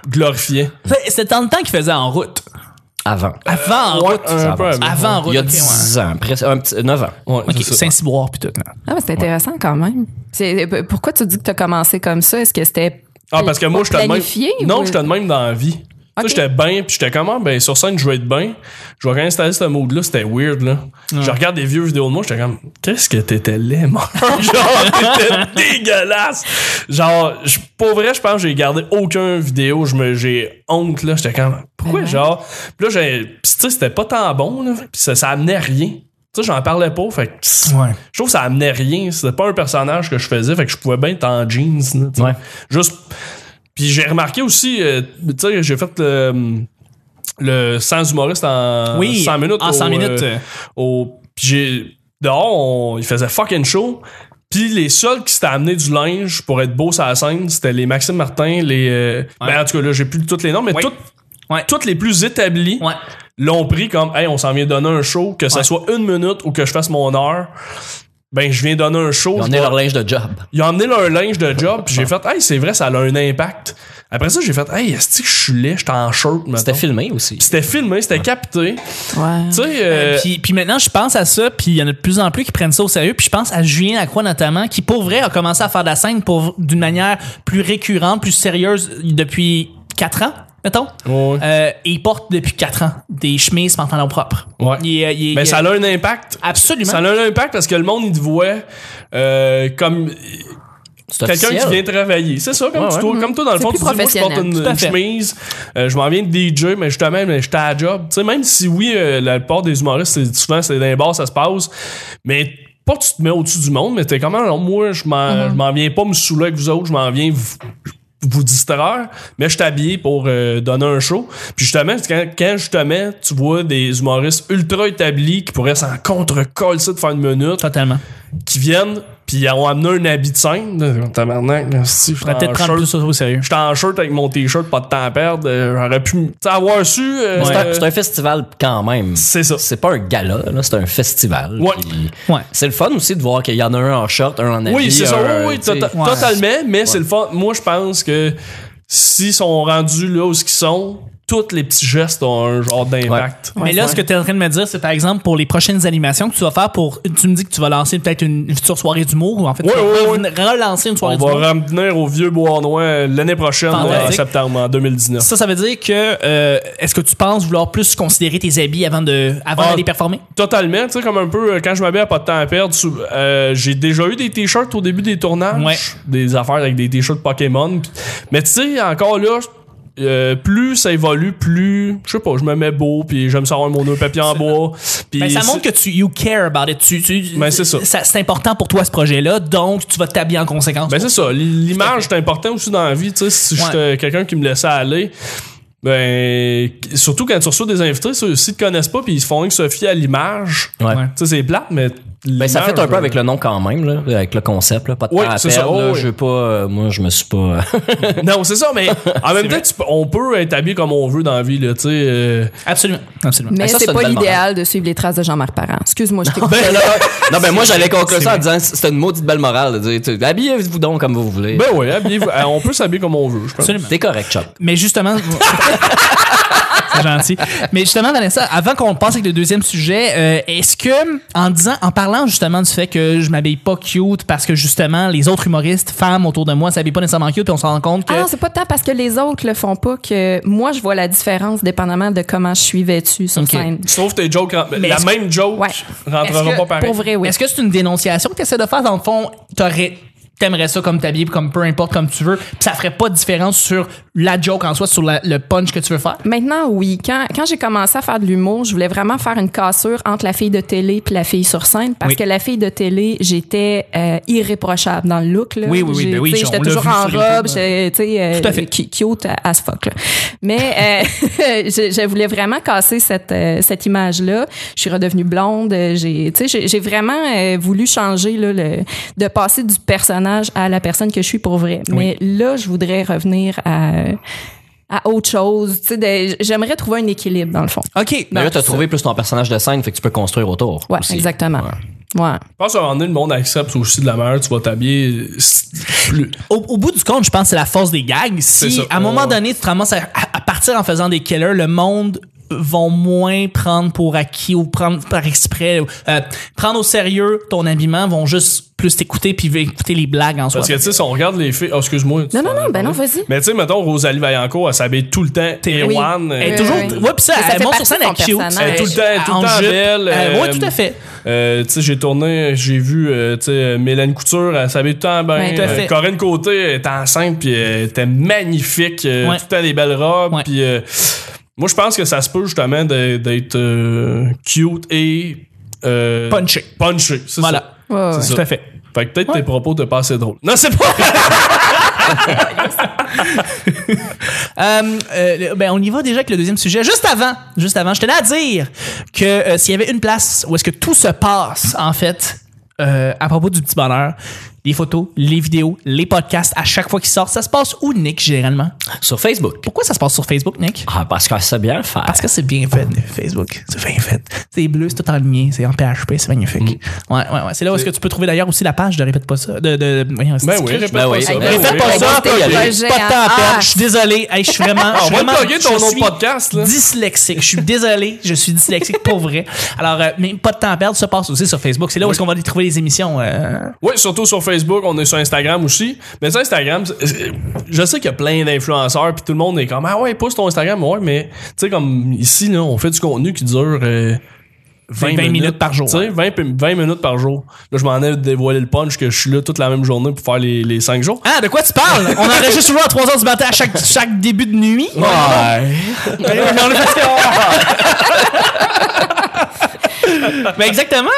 [SPEAKER 3] glorifié.
[SPEAKER 2] Fait- C'était en temps qu'il faisait en route.
[SPEAKER 1] Avant.
[SPEAKER 2] Avant en
[SPEAKER 3] Ouais,
[SPEAKER 2] route.
[SPEAKER 3] un peu avant.
[SPEAKER 2] Avant en route.
[SPEAKER 1] Il y a
[SPEAKER 2] ok,
[SPEAKER 1] 10 ans, presque un petit- 9 ans.
[SPEAKER 3] Ouais,
[SPEAKER 2] ouais. Ok,
[SPEAKER 3] c'est ça.
[SPEAKER 2] Saint-Cyboire puis tout. non.
[SPEAKER 4] Ah, mais c'est intéressant quand même. C'est- euh, p- Pourquoi tu dis que tu as commencé comme ça? Est-ce que c'était.
[SPEAKER 3] Ah, parce que moi, j'étais de
[SPEAKER 4] planifié
[SPEAKER 3] même. Non,
[SPEAKER 4] ou- euh?
[SPEAKER 3] j'étais de même dans la vie. Tu
[SPEAKER 4] Ok.
[SPEAKER 3] sais, j'étais bien, puis j'étais comment? Ben, sur scène, je vais être bien. Je vais réinstaller ce mode-là, c'était weird, là. Je regarde des vieux vidéos de moi, j'étais comme, qu'est-ce que t'étais laid, mon? (laughs) Genre, t'étais dégueulasse! Genre, je- pour vrai, je pense que j'ai gardé aucun vidéo, je me, j'ai honte, là. J'étais comme, pourquoi,
[SPEAKER 4] Ah ouais.
[SPEAKER 3] genre? Puis là, j'ai, puis tu sais, c'était pas tant bon, là. Puis ça, ça amenait à rien. Tu sais, j'en parlais pas, fait que,
[SPEAKER 2] Ouais.
[SPEAKER 3] je trouve que ça amenait rien. C'était pas un personnage que je faisais, fait que je pouvais bien être en jeans. là, tu sais.
[SPEAKER 1] Ouais.
[SPEAKER 3] Juste. Puis j'ai remarqué aussi, euh, tu sais, j'ai fait le, le sans humoriste en
[SPEAKER 2] Oui,
[SPEAKER 3] 100 minutes.
[SPEAKER 2] en 100
[SPEAKER 3] au,
[SPEAKER 2] minutes.
[SPEAKER 3] euh, au- puis j'ai. Dehors, on- il faisait fucking chaud. Puis les seuls qui s'étaient amenés du linge pour être beau sur la scène, c'était les Maxime Martin, les. euh, ben, en tout cas, là, j'ai plus tous les noms, mais
[SPEAKER 2] Oui.
[SPEAKER 3] toutes-
[SPEAKER 2] Ouais.
[SPEAKER 3] toutes les plus établies
[SPEAKER 2] Ouais.
[SPEAKER 3] l'ont pris comme hey on s'en vient donner un show que ce
[SPEAKER 2] Ouais.
[SPEAKER 3] soit une minute ou que je fasse mon heure ben je viens donner un show
[SPEAKER 1] Ils ont
[SPEAKER 3] je
[SPEAKER 1] emmené
[SPEAKER 3] dois-
[SPEAKER 1] leur linge de job.
[SPEAKER 3] ils ont emmené leur linge de job puis j'ai fait hey c'est vrai ça a un impact après ça j'ai fait hey est-ce que je suis laid j'étais en shirt mettons.
[SPEAKER 1] C'était filmé aussi.
[SPEAKER 3] Puis c'était filmé c'était capté
[SPEAKER 4] Ouais.
[SPEAKER 3] tu sais euh,
[SPEAKER 2] Puis, puis maintenant, je pense à ça, puis il y en a de plus en plus qui prennent ça au sérieux. Puis je pense à Julien Lacroix notamment, qui pour vrai a commencé à faire de la scène pour- d'une manière plus récurrente, plus sérieuse depuis 4 ans, mettons.
[SPEAKER 3] Ouais.
[SPEAKER 2] Euh, et il porte depuis 4 ans des chemises pantalons propres.
[SPEAKER 3] Ouais.
[SPEAKER 2] Il, euh, il-
[SPEAKER 3] mais
[SPEAKER 2] il-
[SPEAKER 3] ben, ça a un impact
[SPEAKER 2] Absolument.
[SPEAKER 3] ça a un impact parce que le monde il te voit euh, comme
[SPEAKER 1] C'est
[SPEAKER 3] quelqu'un qui
[SPEAKER 1] officiel.
[SPEAKER 3] vient travailler. C'est ça, comme,
[SPEAKER 1] Ouais,
[SPEAKER 3] tu
[SPEAKER 1] ouais.
[SPEAKER 3] dois- comme toi, dans le
[SPEAKER 4] C'est
[SPEAKER 3] fond, tu
[SPEAKER 4] plus
[SPEAKER 3] dis, moi, je porte
[SPEAKER 4] professionnel.
[SPEAKER 3] une,
[SPEAKER 2] Tout à
[SPEAKER 3] une
[SPEAKER 2] fait.
[SPEAKER 3] chemise, euh, je m'en viens de DJ, mais justement, mais j'étais à la job. Tu sais, même si oui, euh, la plupart des humoristes, c'est- souvent, c'est dans les bars, ça se passe, mais pas tu te mets au-dessus du monde, mais t'es comme, alors, moi, je m'en
[SPEAKER 4] Mm-hmm.
[SPEAKER 3] je m'en viens pas me saouler avec vous autres, je m'en viens vous, vous distraire, mais je suis habillé pour euh, donner un show. Puis justement, c'est quand, quand justement, tu vois des humoristes ultra établis qui pourraient s'en contre-coller de faire une minute,
[SPEAKER 2] Totalement.
[SPEAKER 3] qui viennent puis ils ont amené un habit de scène là, tabarnak là, si je
[SPEAKER 2] Faudrait peut-être prendre plus ça au sérieux.
[SPEAKER 3] j'étais en shirt avec mon t-shirt pas de temps à perdre euh, j'aurais pu tu sais, avoir su euh,
[SPEAKER 1] C'est un-
[SPEAKER 3] euh,
[SPEAKER 1] c'est un, festival quand même.
[SPEAKER 3] C'est ça.
[SPEAKER 1] C'est pas un gala, là, c'est un festival.
[SPEAKER 3] Ouais.
[SPEAKER 1] Puis
[SPEAKER 2] Ouais.
[SPEAKER 1] C'est le fun aussi de voir qu'il y en a un en short, un en habit. euh,
[SPEAKER 3] oui c'est ça
[SPEAKER 1] un-
[SPEAKER 3] oui, oui,
[SPEAKER 1] tu sais.
[SPEAKER 3] tota-
[SPEAKER 2] ouais.
[SPEAKER 3] totalement mais c'est le fun moi je pense que s'ils sont rendus là où ce qu'ils sont tous les petits gestes ont un genre d'impact
[SPEAKER 2] Mais là, ce que tu es en train de me dire, c'est par exemple pour les prochaines animations que tu vas faire pour. Tu me dis que tu vas lancer peut-être une future soirée d'humour ou en fait
[SPEAKER 3] Ouais,
[SPEAKER 2] tu vas
[SPEAKER 3] ouais,
[SPEAKER 2] reven- relancer une soirée
[SPEAKER 3] on
[SPEAKER 2] d'humour.
[SPEAKER 3] va revenir au vieux bois noir l'année prochaine
[SPEAKER 2] Fantastique.
[SPEAKER 3] en septembre en 2019
[SPEAKER 2] Ça, ça veut dire que euh, est-ce que tu penses vouloir plus considérer tes habits avant de avant
[SPEAKER 3] Ah.
[SPEAKER 2] d'aller performer?
[SPEAKER 3] Totalement, tu sais, comme un peu euh, quand je m'habille à pas de temps à perdre, tu- euh, j'ai déjà eu des t-shirts au début des tournages,
[SPEAKER 2] Ouais.
[SPEAKER 3] des affaires avec des t-shirts Pokémon. pis- Mais tu sais, encore là, euh, plus ça évolue, plus je sais pas, je me mets beau, puis j'aime ça avoir mon nœud papier en bois. Puis
[SPEAKER 2] Ben, ça
[SPEAKER 3] c'est-
[SPEAKER 2] montre que tu you care about it. Tu, tu-
[SPEAKER 3] Ben, c'est ça.
[SPEAKER 2] C'est important pour toi ce projet-là, donc tu vas t'habiller en conséquence.
[SPEAKER 3] Ben c'est ça, l- l'image est importante aussi dans la vie, tu sais, si
[SPEAKER 2] Ouais.
[SPEAKER 3] j'étais quelqu'un qui me laissait aller. Ben, qu- surtout quand tu reçois des invités, ceux- s'ils te connaissent pas puis ils se font rien que se fier à l'image,
[SPEAKER 1] Ouais.
[SPEAKER 2] Ouais.
[SPEAKER 3] Tu sais, c'est plate, mais
[SPEAKER 1] Ben, ça fait un peu avec le nom quand même, là, avec le concept. Là. Pas de
[SPEAKER 3] Oui,
[SPEAKER 1] temps à
[SPEAKER 3] c'est ça,
[SPEAKER 1] perdre,
[SPEAKER 3] oui,
[SPEAKER 1] là,
[SPEAKER 3] oui.
[SPEAKER 1] je veux pas, euh, moi, je me suis pas.
[SPEAKER 3] (laughs) Non, c'est ça, (laughs) mais en même temps, tu peux- on peut être habillé comme on veut dans la vie, là, tu sais. euh,
[SPEAKER 2] Absolument. Absolument.
[SPEAKER 1] Ah,
[SPEAKER 4] Mais
[SPEAKER 1] ça, c'est
[SPEAKER 4] c'est
[SPEAKER 1] une
[SPEAKER 4] pas
[SPEAKER 1] belle
[SPEAKER 4] l'idéal de suivre les traces de Jean-Marc Parent. Excuse-moi, je
[SPEAKER 1] (laughs)
[SPEAKER 4] t'ai coupé.
[SPEAKER 1] non, non, ben moi, j'allais conclure ça en disant c'était une maudite belle morale. de dire, tu- Habillez-vous donc comme vous voulez.
[SPEAKER 3] Ben oui, habillez-vous. Euh, on peut s'habiller comme on veut, je pense.
[SPEAKER 2] Absolument.
[SPEAKER 1] T'es correct, Chuck.
[SPEAKER 2] Mais justement. (laughs) C'est gentil. Mais justement, Vanessa, avant qu'on passe avec le deuxième sujet, euh, est-ce que, en disant, en parlant justement du fait que je m'habille pas cute parce que justement les autres humoristes, femmes autour de moi, s'habillent pas nécessairement cute, puis on se rend compte que.
[SPEAKER 4] Ah, c'est pas tant parce que les autres le font pas que moi, je vois la différence dépendamment de comment je suis vêtue sur
[SPEAKER 2] Ok.
[SPEAKER 4] scène.
[SPEAKER 3] Sauf tes jokes, ren-
[SPEAKER 2] Mais
[SPEAKER 3] la
[SPEAKER 2] est-ce
[SPEAKER 3] même joke
[SPEAKER 4] Ouais.
[SPEAKER 3] rentrera
[SPEAKER 2] Est-ce que
[SPEAKER 3] pas pareil.
[SPEAKER 4] Pour vrai, oui.
[SPEAKER 2] Est-ce que c'est une dénonciation que tu essaies de faire? Dans le fond, t'aurais- t'aimerais ça comme t'habiller, comme peu importe, comme tu veux, puis ça ferait pas de différence sur la joke en soi, sur la- le punch que tu veux faire?
[SPEAKER 4] Maintenant, oui. Quand, quand j'ai commencé à faire de l'humour, je voulais vraiment faire une cassure entre la fille de télé puis la fille sur scène parce
[SPEAKER 2] Oui.
[SPEAKER 4] que la fille de télé, j'étais euh, irréprochable dans le look. Là.
[SPEAKER 2] Oui, oui, oui,
[SPEAKER 4] J'ai-
[SPEAKER 2] ben oui,
[SPEAKER 4] tu sais,
[SPEAKER 2] on
[SPEAKER 4] J'étais
[SPEAKER 2] l'a
[SPEAKER 4] toujours
[SPEAKER 2] vu sur
[SPEAKER 4] en
[SPEAKER 2] les
[SPEAKER 4] robe,
[SPEAKER 2] photos.
[SPEAKER 4] j'étais tu sais, euh,
[SPEAKER 2] Tout à fait.
[SPEAKER 4] cu- cute as fuck. là. Mais euh, (laughs) je, je voulais vraiment casser cette, euh, cette image-là. Je suis redevenue blonde. euh, J'ai tu sais, j'ai- j'ai vraiment euh, voulu changer, là, le, de passer du personnage à la personne que je suis pour vrai. Mais là, je voudrais revenir à à autre chose. Tu sais, de- j'aimerais trouver un équilibre, dans le fond.
[SPEAKER 2] OK. ben,
[SPEAKER 1] Mais là, t'as trouvé plus ton personnage de scène, fait que tu peux construire autour.
[SPEAKER 4] Ouais,
[SPEAKER 1] aussi.
[SPEAKER 4] exactement. Ouais.
[SPEAKER 3] Je pense qu'à un moment donné, le monde accepte aussi de la manière tu vas t'habiller. plus-
[SPEAKER 2] au, au bout du compte, je pense que c'est la force des gags.
[SPEAKER 3] C'est
[SPEAKER 2] Si
[SPEAKER 3] ça.
[SPEAKER 2] à un moment
[SPEAKER 3] Ouais.
[SPEAKER 2] donné, tu te ramasses à, à- à partir en faisant des killers, le monde vont moins prendre pour acquis ou prendre par exprès, ou, euh, prendre au sérieux ton habillement, vont juste plus t'écouter puis écouter les blagues en soi.
[SPEAKER 3] Parce que, tu sais, si on regarde les filles. Oh, excuse-moi. tu
[SPEAKER 4] Non, non,
[SPEAKER 3] t'en
[SPEAKER 4] non,
[SPEAKER 3] as
[SPEAKER 4] ben
[SPEAKER 3] parlé.
[SPEAKER 4] non, vas-y.
[SPEAKER 3] Mais tu sais, mettons, Rosalie Vaillancourt, elle s'habille tout le temps.
[SPEAKER 4] Oui.
[SPEAKER 3] Taïwan.
[SPEAKER 2] Elle est
[SPEAKER 4] Euh,
[SPEAKER 2] toujours.
[SPEAKER 4] oui.
[SPEAKER 2] Ouais, puis ça,
[SPEAKER 4] Mais ça
[SPEAKER 2] elle
[SPEAKER 4] fait
[SPEAKER 2] monte sur
[SPEAKER 4] partie
[SPEAKER 2] scène,
[SPEAKER 4] de
[SPEAKER 2] elle est
[SPEAKER 4] son
[SPEAKER 2] cute.
[SPEAKER 4] personnage. Elle est
[SPEAKER 3] tout le temps- elle est tout le
[SPEAKER 2] en
[SPEAKER 3] temps
[SPEAKER 2] jupe.
[SPEAKER 3] belle,
[SPEAKER 2] Euh, ouais,
[SPEAKER 3] euh,
[SPEAKER 2] tout à fait.
[SPEAKER 3] Euh, tu sais, j'ai tourné, j'ai vu, euh, tu sais, euh, Mélanie Couture, elle s'habille tout le temps bien.
[SPEAKER 4] Ouais, tout à
[SPEAKER 3] Euh,
[SPEAKER 2] fait.
[SPEAKER 3] Corinne Côté elle était enceinte, puis elle était magnifique. euh,
[SPEAKER 2] Ouais.
[SPEAKER 3] Tout le temps des belles robes.
[SPEAKER 2] Ouais.
[SPEAKER 3] Puis euh, moi, je pense que ça se peut justement de- d'être euh, cute et. euh,
[SPEAKER 2] Punché.
[SPEAKER 3] Punché, c'est ça.
[SPEAKER 2] Voilà.
[SPEAKER 4] Ouais, ouais,
[SPEAKER 3] C'est
[SPEAKER 4] ouais.
[SPEAKER 3] ça.
[SPEAKER 2] Tout à fait.
[SPEAKER 3] Fait que peut-être tes propos t'es pas assez drôles. Non, c'est pas vrai!
[SPEAKER 2] Euh, euh, ben, on y va déjà avec le deuxième sujet. Juste avant, juste avant, je tenais à dire que euh, s'il y avait une place où est-ce que tout se passe, en fait, euh, à propos du petit bonheur, les photos, les vidéos, les podcasts, à chaque fois qu'ils sortent, ça se passe où, Nick, généralement?
[SPEAKER 1] Sur Facebook.
[SPEAKER 2] Pourquoi ça se passe sur Facebook, Nick?
[SPEAKER 1] Ah, parce que c'est bien le faire.
[SPEAKER 2] Parce que c'est bien fait, Facebook. C'est bien fait. C'est bleu, c'est tout en ligne, c'est en PHP, c'est magnifique. Ouais, ouais, ouais. Mm. C'est là où est-ce que tu peux trouver d'ailleurs aussi la page de Répète pas ça. De, de, voyons, c'est
[SPEAKER 3] Ben
[SPEAKER 2] écrit.
[SPEAKER 3] oui, répète
[SPEAKER 1] Ben
[SPEAKER 3] pas
[SPEAKER 1] oui.
[SPEAKER 3] ça.
[SPEAKER 1] Ben
[SPEAKER 3] ben
[SPEAKER 1] oui.
[SPEAKER 2] Fais
[SPEAKER 3] oui.
[SPEAKER 2] pas ça,
[SPEAKER 4] Répète
[SPEAKER 2] pas de
[SPEAKER 4] pas,
[SPEAKER 2] temps
[SPEAKER 4] j'ai un
[SPEAKER 2] à perdre.
[SPEAKER 4] art.
[SPEAKER 2] Je suis désolé. Hey, je suis
[SPEAKER 3] (laughs)
[SPEAKER 2] vraiment.
[SPEAKER 3] Ah, On
[SPEAKER 2] je
[SPEAKER 3] va
[SPEAKER 2] suis
[SPEAKER 3] te plugger ton
[SPEAKER 2] je
[SPEAKER 3] autre
[SPEAKER 2] suis
[SPEAKER 3] podcast, là.
[SPEAKER 2] Dyslexique. Je suis désolé. Je suis dyslexique pour vrai. Alors, euh, mais pas de temps à perdre. Ça passe aussi sur Facebook. C'est là où est-ce qu'on va aller trouver les émissions. euh,
[SPEAKER 3] Oui, surtout sur Facebook, on est sur Instagram aussi. Mais sur Instagram, c'est- c'est- je sais qu'il y a plein d'influenceurs, puis tout le monde est comme Ah ouais, pousse ton Instagram, ouais, mais tu sais, comme ici, là, on fait du contenu qui dure euh, 20,
[SPEAKER 2] 20 minutes par jour,
[SPEAKER 3] Tu sais, 20, pi- 20 minutes par jour. Là, je m'en ai dévoilé le punch que je suis là toute la même journée pour faire les, les 5 jours.
[SPEAKER 2] Ah, de quoi tu parles? (laughs) On enregistre souvent à 3 h du matin à chaque, chaque début de nuit. (laughs) Mais exactement.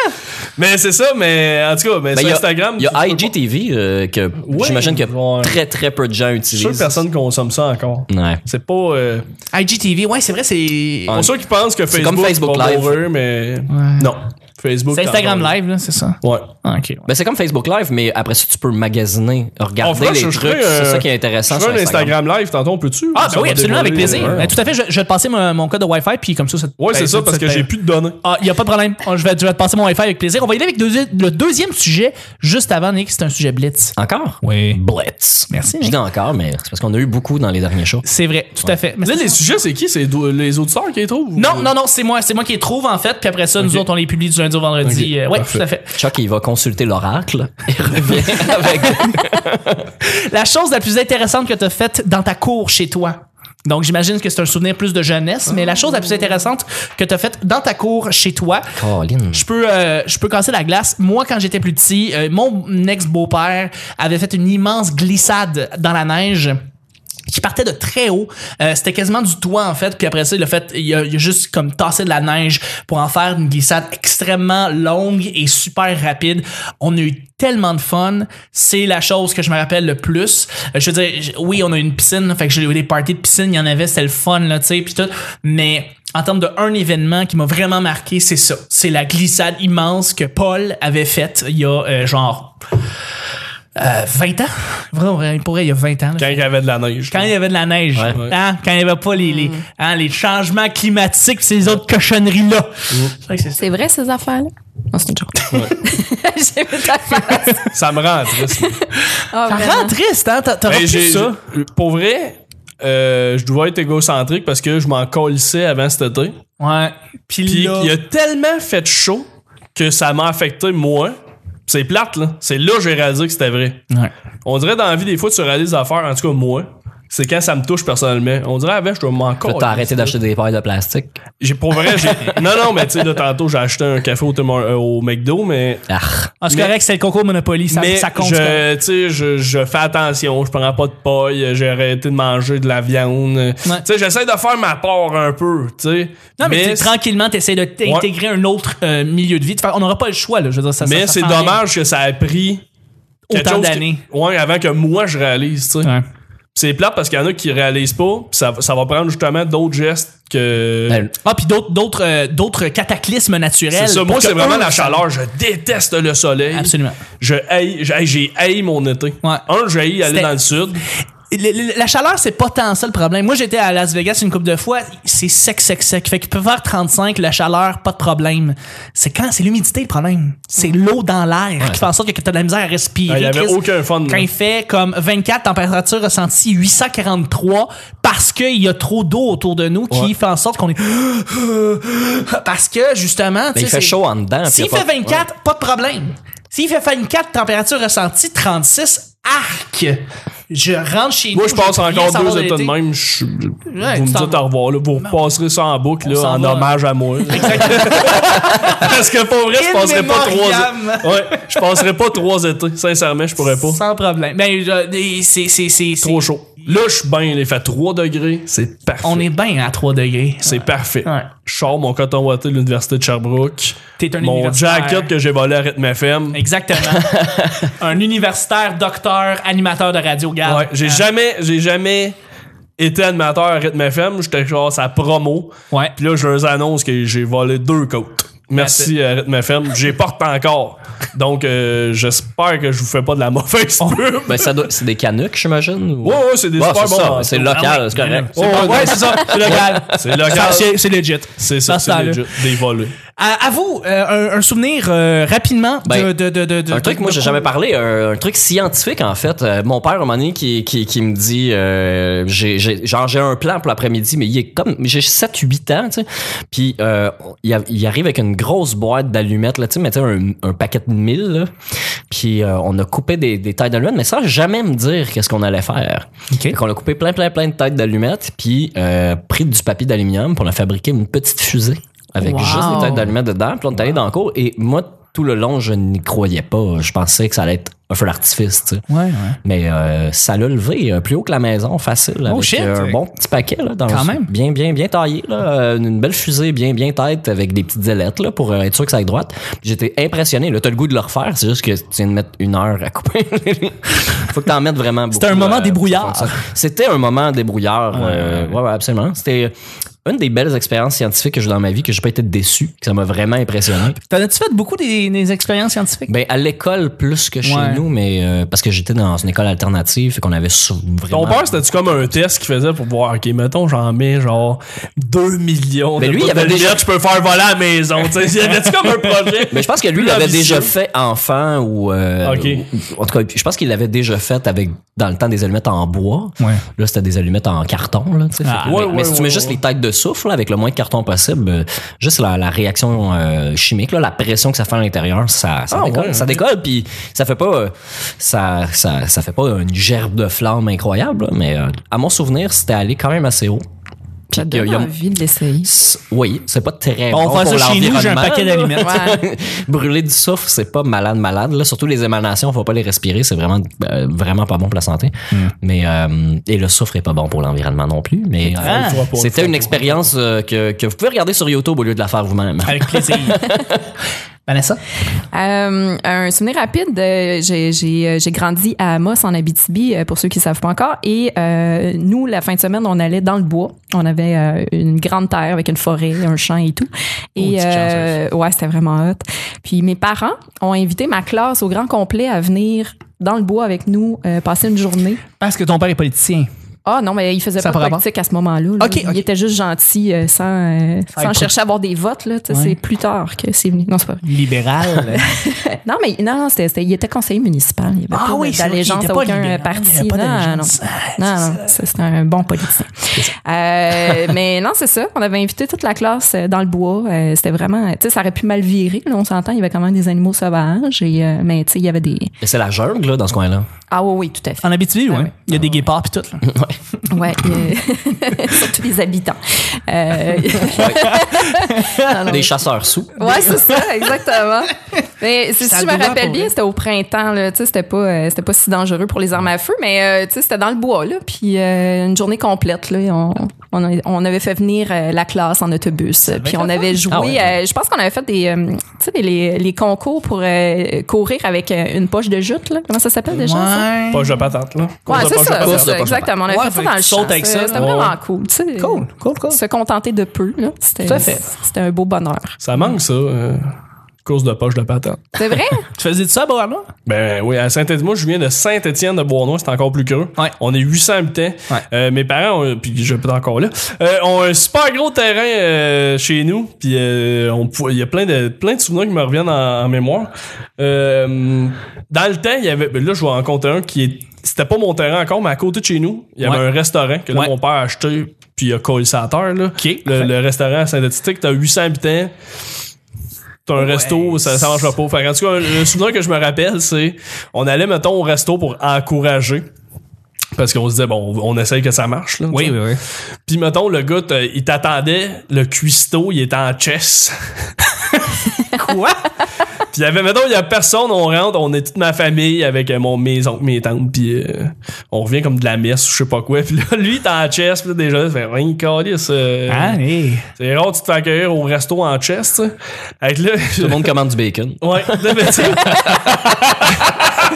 [SPEAKER 3] Mais c'est ça, mais en tout cas, mais
[SPEAKER 1] Ben, il
[SPEAKER 3] sur
[SPEAKER 1] y a-
[SPEAKER 3] Instagram.
[SPEAKER 1] Il y a
[SPEAKER 3] tu- tu peux pas-
[SPEAKER 1] IGTV euh, que
[SPEAKER 3] Ouais,
[SPEAKER 1] j'imagine que
[SPEAKER 3] ouais.
[SPEAKER 1] très très peu de gens
[SPEAKER 3] Je suis sûr que
[SPEAKER 1] utilisent.
[SPEAKER 3] personne consomme ça encore.
[SPEAKER 1] Ouais.
[SPEAKER 3] C'est pas. euh,
[SPEAKER 2] IGTV, ouais, c'est vrai, c'est.
[SPEAKER 3] pour ceux qui pensent que
[SPEAKER 1] C'est
[SPEAKER 3] Facebook,
[SPEAKER 1] comme Facebook
[SPEAKER 3] pas
[SPEAKER 1] Live.
[SPEAKER 3] pour eux, mais non. Facebook.
[SPEAKER 2] C'est Instagram
[SPEAKER 3] encore.
[SPEAKER 2] Live, là, c'est ça.
[SPEAKER 3] Ouais.
[SPEAKER 2] Ah, ok. ouais.
[SPEAKER 1] Ben, c'est comme Facebook Live, mais après ça, tu peux magasiner,
[SPEAKER 3] On
[SPEAKER 1] regarder
[SPEAKER 3] fera-
[SPEAKER 1] les
[SPEAKER 3] je- je
[SPEAKER 1] trucs.
[SPEAKER 3] ferai, euh,
[SPEAKER 1] c'est ça qui est intéressant.
[SPEAKER 3] Je fais
[SPEAKER 1] sur
[SPEAKER 3] un Instagram live, tantôt, on peut-tu?
[SPEAKER 2] Ah,
[SPEAKER 3] Ça
[SPEAKER 2] ben oui,
[SPEAKER 3] va
[SPEAKER 2] absolument, avec
[SPEAKER 3] dévoiler,
[SPEAKER 2] plaisir.
[SPEAKER 3] euh,
[SPEAKER 2] Ben, tout à fait, je, je vais te passer mon, mon code de Wi-Fi, puis comme ça, ça te-
[SPEAKER 3] Ouais, c'est
[SPEAKER 2] ben,
[SPEAKER 3] ça, parce
[SPEAKER 2] te
[SPEAKER 3] que
[SPEAKER 2] fait-
[SPEAKER 3] j'ai plus de données.
[SPEAKER 2] Ah, il n'y a pas de problème. Oh, Je vais, je vais te passer mon Wi-Fi avec plaisir. On va y aller avec deuxi- le deuxième sujet juste avant, Nick. C'est un sujet blitz.
[SPEAKER 1] Encore?
[SPEAKER 2] Oui.
[SPEAKER 1] Blitz.
[SPEAKER 2] Merci,
[SPEAKER 1] Je
[SPEAKER 2] Nick.
[SPEAKER 1] dis encore, mais c'est parce qu'on a eu beaucoup dans les derniers shows.
[SPEAKER 2] C'est vrai, tout à fait. Mais
[SPEAKER 3] Là,
[SPEAKER 2] c'est-
[SPEAKER 3] les sujets, c'est qui? C'est do- les auditeurs qui les trouvent?
[SPEAKER 2] Non, non, non, c'est moi. C'est moi qui les trouve, en fait. Puis après ça, nous autres, on les publie du lundi au vendredi.
[SPEAKER 3] Ok,
[SPEAKER 2] Euh, ouais,
[SPEAKER 3] parfait.
[SPEAKER 2] tout à fait.
[SPEAKER 1] Chuck, il va consulter l'oracle et
[SPEAKER 2] (laughs)
[SPEAKER 1] revient avec.
[SPEAKER 2] La chose la plus intéressante que tu as faite dans ta cour chez toi. Donc, j'imagine que c'est un souvenir plus de jeunesse, mais la chose la plus intéressante que tu as faite dans ta cour chez toi,
[SPEAKER 1] Colin.
[SPEAKER 2] Je peux, euh, je peux casser la glace. Moi, quand j'étais plus petit, euh, mon ex-beau-père avait fait une immense glissade dans la neige qui partait de très haut. Euh, C'était quasiment du toit, en fait. Puis après ça, il a fait, il a, il a juste comme tassé de la neige pour en faire une glissade extrêmement longue et super rapide. On a eu tellement de fun. C'est la chose que je me rappelle le plus. Euh, je veux dire, j- oui, on a une piscine. Fait que j'ai eu des parties de piscine. Il y en avait, c'était le fun, là, tu sais, puis tout. Mais en termes de un événement qui m'a vraiment marqué, c'est ça. C'est la glissade immense que Paul avait faite il y a euh, genre euh, 20 ans. Vraiment, vrai, pour vrai, il y a 20 ans. là.
[SPEAKER 3] Quand il y avait de la neige.
[SPEAKER 2] Quand il y avait de la neige,
[SPEAKER 1] Ouais.
[SPEAKER 2] hein, quand il n'y avait pas les, les, hein, les changements climatiques, ces autres cochonneries-là.
[SPEAKER 3] Mm.
[SPEAKER 2] C'est vrai que c'est ça.
[SPEAKER 4] C'est vrai, ces affaires-là? Non, c'est une joke. (laughs) J'ai vu ta face.
[SPEAKER 3] Ça me rend triste.
[SPEAKER 2] (laughs)
[SPEAKER 4] Ah,
[SPEAKER 2] Ça
[SPEAKER 4] vraiment.
[SPEAKER 2] rend triste, hein? T'as t'as
[SPEAKER 3] Ben,
[SPEAKER 2] repris
[SPEAKER 3] j'ai-
[SPEAKER 2] ça?
[SPEAKER 3] j'ai- Pour vrai, euh, je dois être égocentrique parce que je m'en colissais avant cet été.
[SPEAKER 2] Ouais. Puis,
[SPEAKER 3] Puis
[SPEAKER 2] là-
[SPEAKER 3] il a tellement fait chaud que ça m'a affecté moi. C'est plate, là. C'est là que j'ai réalisé que c'était vrai.
[SPEAKER 2] Ouais.
[SPEAKER 3] On dirait dans la vie, des fois, tu réalises des affaires, en tout cas, moi. C'est quand ça me touche personnellement. On dirait avant, je dois m'en
[SPEAKER 1] Là,
[SPEAKER 3] coller.
[SPEAKER 1] T'as arrêté d'acheter des pailles de plastique.
[SPEAKER 3] J'ai pour vrai, j'ai. (laughs) Non, non, mais tu sais, là, tantôt, j'ai acheté un café au, Tim- euh, au McDo, mais.
[SPEAKER 1] Ah.
[SPEAKER 2] Ah, c'est
[SPEAKER 3] Mais-
[SPEAKER 2] correct, c'est le concours Monopoly, ça,
[SPEAKER 3] mais
[SPEAKER 2] ça compte. c'est correct.
[SPEAKER 3] je, tu sais, je, je fais attention, je prends pas de paille, j'ai arrêté de manger de la viande. Tu sais, j'essaie de faire ma part un peu, tu sais.
[SPEAKER 2] Non, mais, t'es-
[SPEAKER 3] c'est-
[SPEAKER 2] tranquillement, t'essaies de t'intégrer un autre euh, milieu de vie. De faire- on n'aura pas le choix, là. Je veux dire, ça, ça-
[SPEAKER 3] Mais
[SPEAKER 2] ça
[SPEAKER 3] c'est
[SPEAKER 2] s'en vient.
[SPEAKER 3] dommage que ça a pris quelque
[SPEAKER 2] Autant
[SPEAKER 3] chose que-
[SPEAKER 2] d'années.
[SPEAKER 3] ouais, avant que moi je réalise, tu sais.
[SPEAKER 2] Ouais.
[SPEAKER 3] C'est plate parce qu'il y en a qui réalisent pas, pis ça, ça va prendre justement d'autres gestes que.
[SPEAKER 1] Ben,
[SPEAKER 2] Ah, puis d'autres, d'autres, euh, d'autres cataclysmes
[SPEAKER 3] c'est
[SPEAKER 2] naturels.
[SPEAKER 3] ça,
[SPEAKER 2] pour
[SPEAKER 3] moi
[SPEAKER 2] que
[SPEAKER 3] c'est vraiment
[SPEAKER 2] eux-
[SPEAKER 3] la chaleur, je déteste le soleil.
[SPEAKER 2] Absolument.
[SPEAKER 3] Je haïs- j'ai haï- j'ai haï mon été.
[SPEAKER 2] Ouais.
[SPEAKER 3] Un, j'ai haï aller
[SPEAKER 2] C'était-
[SPEAKER 3] dans le sud.
[SPEAKER 2] Le- le- la chaleur, c'est pas tant ça le problème. Moi, j'étais à Las Vegas une couple de fois. C'est sec, sec, sec. Fait qu'il peut faire 35, la chaleur, pas de problème. C'est quand? C'est l'humidité le problème. C'est l'eau dans l'air qui fait en sorte que t'as de la misère à respirer.
[SPEAKER 3] Ah, il y avait
[SPEAKER 2] Chris.
[SPEAKER 3] aucun fun,
[SPEAKER 2] Quand
[SPEAKER 3] là.
[SPEAKER 2] il fait comme 24, température ressentie 843 parce qu'il y a trop d'eau autour de nous qui fait en sorte qu'on est. (gasps) Parce que justement. tu
[SPEAKER 1] Ben, il
[SPEAKER 2] sais,
[SPEAKER 1] fait
[SPEAKER 2] c'est-
[SPEAKER 1] chaud en dedans. puis
[SPEAKER 2] S'il
[SPEAKER 1] il y a
[SPEAKER 2] fait
[SPEAKER 1] pas-
[SPEAKER 2] 24, pas de problème. S'il fait 24, température ressentie ah! 36, arc. Je rentre chez
[SPEAKER 3] Moi
[SPEAKER 2] nous,
[SPEAKER 3] je passe
[SPEAKER 2] vais rien
[SPEAKER 3] encore
[SPEAKER 2] savoir
[SPEAKER 3] deux
[SPEAKER 2] l'été.
[SPEAKER 3] états de même. je-
[SPEAKER 2] Ouais,
[SPEAKER 3] vous
[SPEAKER 2] tu
[SPEAKER 3] me
[SPEAKER 2] t'en
[SPEAKER 3] dites
[SPEAKER 2] vas.
[SPEAKER 3] au revoir, là. Vous repasserez ça en boucle, là,
[SPEAKER 2] s'en
[SPEAKER 3] en
[SPEAKER 2] va.
[SPEAKER 3] hommage
[SPEAKER 2] (laughs)
[SPEAKER 3] à moi. (laughs) Parce que pour vrai, je passerai pas trois
[SPEAKER 2] Immémoriam.
[SPEAKER 3] étés. Ouais, je passerai pas trois étés. Sincèrement, je pourrais pas.
[SPEAKER 2] Sans problème. Ben, je- c'est- c'est- c'est- c'est-
[SPEAKER 3] Trop chaud. Là, je suis bien, il fait 3 degrés. C'est parfait.
[SPEAKER 2] On est bien à 3 degrés.
[SPEAKER 3] C'est parfait.
[SPEAKER 2] Ouais.
[SPEAKER 3] Je sors mon coton watté de l'Université de Sherbrooke.
[SPEAKER 2] T'es un
[SPEAKER 3] Mon
[SPEAKER 2] universitaire.
[SPEAKER 3] jacket que j'ai volé à Rhythm FM. (laughs)
[SPEAKER 2] Exactement. un universitaire, docteur, animateur de radio, Ah. gars.
[SPEAKER 3] Ouais, j'ai jamais, j'ai jamais été animateur à Rhythm FM. J'étais genre sa promo.
[SPEAKER 2] Ouais.
[SPEAKER 3] Puis là, je leur annonce que j'ai volé deux côtes. Merci à Rhythm FM. J'ai porte encore. Donc, euh, j'espère que je vous fais pas de la mauvaise pub.
[SPEAKER 1] Ben, ça doit- c'est des canucks, j'imagine. ou-
[SPEAKER 3] Ouais, ouais, c'est des
[SPEAKER 1] Bon,
[SPEAKER 3] super
[SPEAKER 1] c'est
[SPEAKER 3] bons
[SPEAKER 1] ça,
[SPEAKER 3] manteaux.
[SPEAKER 1] C'est local, c'est correct.
[SPEAKER 3] Ouais, ouais, ouais, (laughs) c'est ça.
[SPEAKER 2] Oh, C'est local.
[SPEAKER 3] C'est local.
[SPEAKER 2] Ça, C'est c'est legit.
[SPEAKER 3] C'est ça,
[SPEAKER 2] Dans ce
[SPEAKER 3] c'est
[SPEAKER 2] temps-là.
[SPEAKER 3] legit. Des volés.
[SPEAKER 2] À, à vous, euh, un, un souvenir euh, rapidement de-
[SPEAKER 1] Ben,
[SPEAKER 2] de, de, de, de-
[SPEAKER 1] un truc,
[SPEAKER 2] de-
[SPEAKER 1] moi,
[SPEAKER 2] de-
[SPEAKER 1] j'ai
[SPEAKER 2] de-
[SPEAKER 1] jamais parlé, un, un truc scientifique, en fait. Euh, mon père, à un moment donné, qui, qui, qui me dit, euh, j'ai, j'ai- genre, j'ai un plan pour l'après-midi, mais il est comme, j'ai 7-8 ans, tu sais. Puis, euh, il, a- il arrive avec une grosse boîte d'allumettes, là, tu sais, mais tu sais, un, un paquet de 1000, là. Puis, euh, on a coupé des, des tailles d'allumettes, mais sans jamais me dire qu'est-ce qu'on allait faire. on a coupé plein, plein, plein de tailles d'allumettes, puis euh, pris du papier d'aluminium, pour on a fabriqué une petite fusée avec
[SPEAKER 4] Wow.
[SPEAKER 1] juste des tailles d'allumettes dedans. Puis on est allé dans le cours et moi, tout le long, je n'y croyais pas. Je pensais que ça allait être un feu d'artifice. tu sais.
[SPEAKER 2] Ouais, ouais.
[SPEAKER 1] Mais euh, ça l'a levé euh, plus haut que la maison, facile. avec euh,
[SPEAKER 2] shit.
[SPEAKER 1] un bon petit paquet. Là, dans
[SPEAKER 2] Quand
[SPEAKER 1] le-
[SPEAKER 2] même.
[SPEAKER 1] Bien, bien, bien taillé. Là, euh, une belle fusée, bien, bien tête, avec des petites ailettes là, pour euh, être sûr que ça aille droite. Puis J'étais impressionné. Là, t'as le goût de le refaire. C'est juste que tu viens de mettre une heure à couper. (laughs) Faut que t'en mettes vraiment beaucoup. euh,
[SPEAKER 2] C'était un moment débrouillard.
[SPEAKER 1] pour faire ça. C'était un moment débrouillard. euh, ouais, ouais, absolument. C'était une des belles expériences scientifiques que j'ai eu dans ma vie que j'ai pas été déçu, que ça m'a vraiment impressionné.
[SPEAKER 2] T'en as-tu fait beaucoup des, des expériences scientifiques?
[SPEAKER 1] Ben, à l'école plus que chez
[SPEAKER 2] Ouais.
[SPEAKER 1] nous, mais euh, parce que j'étais dans une école alternative, fait qu'on avait sou- vraiment.
[SPEAKER 3] Ton père, c'était-tu comme un test qu'il faisait pour voir, OK, mettons, j'en mets genre 2 millions
[SPEAKER 1] Mais
[SPEAKER 3] de
[SPEAKER 1] lui, il
[SPEAKER 3] pots de
[SPEAKER 1] avait déjà-
[SPEAKER 3] lunettes, je peux faire voler à la maison. tu sais. Il y avait-tu comme un
[SPEAKER 1] (laughs)
[SPEAKER 3] projet?
[SPEAKER 1] Mais je pense que lui, il
[SPEAKER 3] Plus
[SPEAKER 1] l'avait déjà
[SPEAKER 3] ambitieux.
[SPEAKER 1] fait enfant ou, euh,
[SPEAKER 3] Ok.
[SPEAKER 1] ou- En tout cas, je pense qu'il l'avait déjà fait avec, dans le temps, des allumettes en bois.
[SPEAKER 2] Ouais.
[SPEAKER 1] Là, c'était des allumettes en carton. Là, tu sais.
[SPEAKER 2] Ah,
[SPEAKER 1] Fait que-
[SPEAKER 3] ouais,
[SPEAKER 1] mais,
[SPEAKER 3] ouais,
[SPEAKER 1] mais si tu mets
[SPEAKER 3] ouais,
[SPEAKER 1] juste
[SPEAKER 3] ouais.
[SPEAKER 1] les têtes de souffle là, avec le moins de carton possible, euh, juste la, la réaction euh, chimique, là, la pression que ça fait à l'intérieur, ça, ça
[SPEAKER 3] Ah,
[SPEAKER 1] décolle.
[SPEAKER 3] ouais.
[SPEAKER 1] Ça décolle, puis ça fait pas, euh, ça, ça, ça fait pas une gerbe de flamme incroyable, là, mais euh, à mon souvenir, c'était allé quand même assez haut.
[SPEAKER 4] Ça
[SPEAKER 1] Il y a-
[SPEAKER 4] donne
[SPEAKER 1] il y a-
[SPEAKER 4] envie de l'essayer.
[SPEAKER 1] C'est- Oui, c'est pas très
[SPEAKER 3] Ben,
[SPEAKER 1] bon
[SPEAKER 2] On va
[SPEAKER 1] pour
[SPEAKER 2] faire ça chez nous, j'ai un
[SPEAKER 1] l'environnement.
[SPEAKER 2] paquet d'aliments.
[SPEAKER 3] (laughs)
[SPEAKER 4] Ouais.
[SPEAKER 1] (laughs) Brûler du soufre, c'est pas malade, malade. Là, surtout les émanations, faut pas les respirer, c'est vraiment, euh, vraiment pas bon pour la santé.
[SPEAKER 2] Hmm.
[SPEAKER 1] Mais euh, et le soufre est pas bon pour l'environnement non plus. Mais euh,
[SPEAKER 2] Ah.
[SPEAKER 3] On le fera pas, on le fera
[SPEAKER 1] c'était une
[SPEAKER 3] pas. (laughs)
[SPEAKER 1] expérience euh, que, que vous pouvez regarder sur YouTube au lieu de la faire vous-même.
[SPEAKER 2] Avec plaisir. Vanessa?
[SPEAKER 4] Euh, un souvenir rapide, euh, j'ai- j'ai euh, j'ai grandi à Amos en Abitibi, euh, pour ceux qui ne savent pas encore. Et euh, nous, la fin de semaine, on allait dans le bois. On avait euh, une grande terre avec une forêt, un champ et tout. Et
[SPEAKER 2] petite
[SPEAKER 4] euh, ouais, c'était vraiment hot. Puis mes parents ont invité ma classe au grand complet à venir dans le bois avec nous, euh, passer une journée.
[SPEAKER 2] Parce que ton père est politicien.
[SPEAKER 4] Ah non, mais il faisait
[SPEAKER 2] Ça a
[SPEAKER 4] pas
[SPEAKER 2] pas
[SPEAKER 4] de politique à ce moment-là. là.
[SPEAKER 2] Ok, ok.
[SPEAKER 4] Il était juste gentil euh, sans, euh,
[SPEAKER 2] Ça
[SPEAKER 4] sans
[SPEAKER 2] être-
[SPEAKER 4] chercher à avoir des votes. là. Tu sais,
[SPEAKER 2] Ouais.
[SPEAKER 4] C'est plus tard que c'est venu. Non, c'est pas
[SPEAKER 2] (laughs)
[SPEAKER 4] vrai.
[SPEAKER 2] Libéral.
[SPEAKER 4] Non, mais non, non, c'était- c'était- il était conseiller municipal. Il n'y avait pas de-
[SPEAKER 2] Ah c'est vrai qu'il
[SPEAKER 4] d'allégeance
[SPEAKER 2] était
[SPEAKER 4] à
[SPEAKER 2] pas
[SPEAKER 4] aucun
[SPEAKER 2] libéral, il
[SPEAKER 4] parti.
[SPEAKER 2] avait pas
[SPEAKER 4] non, non.
[SPEAKER 2] d'allégeance. Ah,
[SPEAKER 4] Non, non, ça, c'était un bon politicien. Euh, mais non, c'est ça. On avait invité toute la classe euh, dans le bois. Euh, c'était vraiment, tu sais, ça aurait pu mal virer. Là, on s'entend, il y avait quand même des animaux sauvages. Et, euh, mais tu sais, il y avait des.
[SPEAKER 1] Mais c'est la jungle, là, dans ce coin-là.
[SPEAKER 4] Ah oui, oui, tout à fait.
[SPEAKER 2] En Abitibi, ouais.
[SPEAKER 4] Ah ouais.
[SPEAKER 2] Il y a des guépards pis tout. là.
[SPEAKER 4] Ouais, euh, (laughs) surtout les habitants. Euh, (laughs) non, non,
[SPEAKER 1] Des chasseurs sous.
[SPEAKER 4] Ouais,
[SPEAKER 2] (laughs)
[SPEAKER 4] c'est ça, exactement. Mais c'est-
[SPEAKER 2] Ben, Ça
[SPEAKER 4] si je
[SPEAKER 2] doit
[SPEAKER 4] me rappelle
[SPEAKER 2] pour
[SPEAKER 4] bien,
[SPEAKER 2] elle.
[SPEAKER 4] c'était au printemps, là. Tu sais, c'était pas, euh, c'était pas si dangereux pour les armes à feu, mais euh, tu sais, c'était dans le bois, là. Puis euh, une journée complète, là. On, on, a- on avait fait venir euh, la classe en autobus. Puis on avait joué.
[SPEAKER 1] Ah ouais.
[SPEAKER 4] euh, je pense qu'on avait fait des, euh, tu sais, des- les, les concours pour euh, courir avec euh, une poche de jute, là. Comment ça s'appelle déjà? ça?
[SPEAKER 3] Pas de patente, là.
[SPEAKER 4] Ouais,
[SPEAKER 3] Course de
[SPEAKER 4] c'est
[SPEAKER 3] poche à
[SPEAKER 4] ça,
[SPEAKER 3] patate.
[SPEAKER 4] c'est
[SPEAKER 1] Course de
[SPEAKER 4] ça,
[SPEAKER 1] poche à
[SPEAKER 4] exactement. On avait
[SPEAKER 2] patate.
[SPEAKER 4] fait ça
[SPEAKER 2] Ouais,
[SPEAKER 4] dans le
[SPEAKER 2] tu
[SPEAKER 4] champ.
[SPEAKER 2] sautes avec ça.
[SPEAKER 4] ça, C'était
[SPEAKER 3] Ouais,
[SPEAKER 4] vraiment
[SPEAKER 3] ouais.
[SPEAKER 4] cool, tu sais.
[SPEAKER 2] Cool, cool, cool.
[SPEAKER 4] Se contenter de peu, là. C'était
[SPEAKER 2] Tout à fait.
[SPEAKER 4] c'était un beau bonheur.
[SPEAKER 3] Ça manque, ça. euh, course de poche de patente.
[SPEAKER 4] C'est vrai?
[SPEAKER 2] Tu faisais de ça à Beauharnois?
[SPEAKER 3] Ben oui, à Saint-Étienne, moi je viens de Saint-Étienne de Bournois, c'est encore plus creux.
[SPEAKER 2] Ouais.
[SPEAKER 3] On est 800 habitants.
[SPEAKER 2] Ouais.
[SPEAKER 3] Euh, mes parents, ont- puis je peux encore là, euh, ont un super gros terrain euh, chez nous. Puis euh, on pou- il y a plein de plein de souvenirs qui me reviennent en, en mémoire. Euh, dans le temps, il y avait ben là je vais en compter un qui est c'était pas mon terrain encore, mais à côté de chez nous, il y avait
[SPEAKER 2] Ouais.
[SPEAKER 3] un restaurant que là,
[SPEAKER 2] Ouais.
[SPEAKER 3] mon père a acheté, puis il a collé ça à terre. Là.
[SPEAKER 2] Ok,
[SPEAKER 3] le, le restaurant à Saint-Étienne, t'as 800 habitants. T'as un resto, ça, ça marchera pas. Fait que, en tout cas, le souvenir que je me rappelle, c'est on allait, mettons, au resto pour encourager. Parce qu'on se disait, bon, on essaye que ça marche. Là, tu sais.
[SPEAKER 2] oui.
[SPEAKER 3] Puis, mettons, le gars, t'as- il t'attendait, le cuistot, il était en chess.
[SPEAKER 2] (laughs) Quoi?
[SPEAKER 3] Puis, il y avait, mettons, il y a personne, on rentre, on est toute ma famille avec euh, mon, mes oncles, mes tantes, puis euh, on revient comme de la messe ou je sais pas quoi. (laughs) Puis là, lui, il est en chess, puis là, déjà, ça fait rien de calice, euh,
[SPEAKER 2] Allez.
[SPEAKER 3] C'est rare, que tu te fais accueillir au resto en chess, tu sais. Fait que là,
[SPEAKER 1] Tout le monde commande du bacon.
[SPEAKER 3] Ouais, non, (laughs) mais tu sais,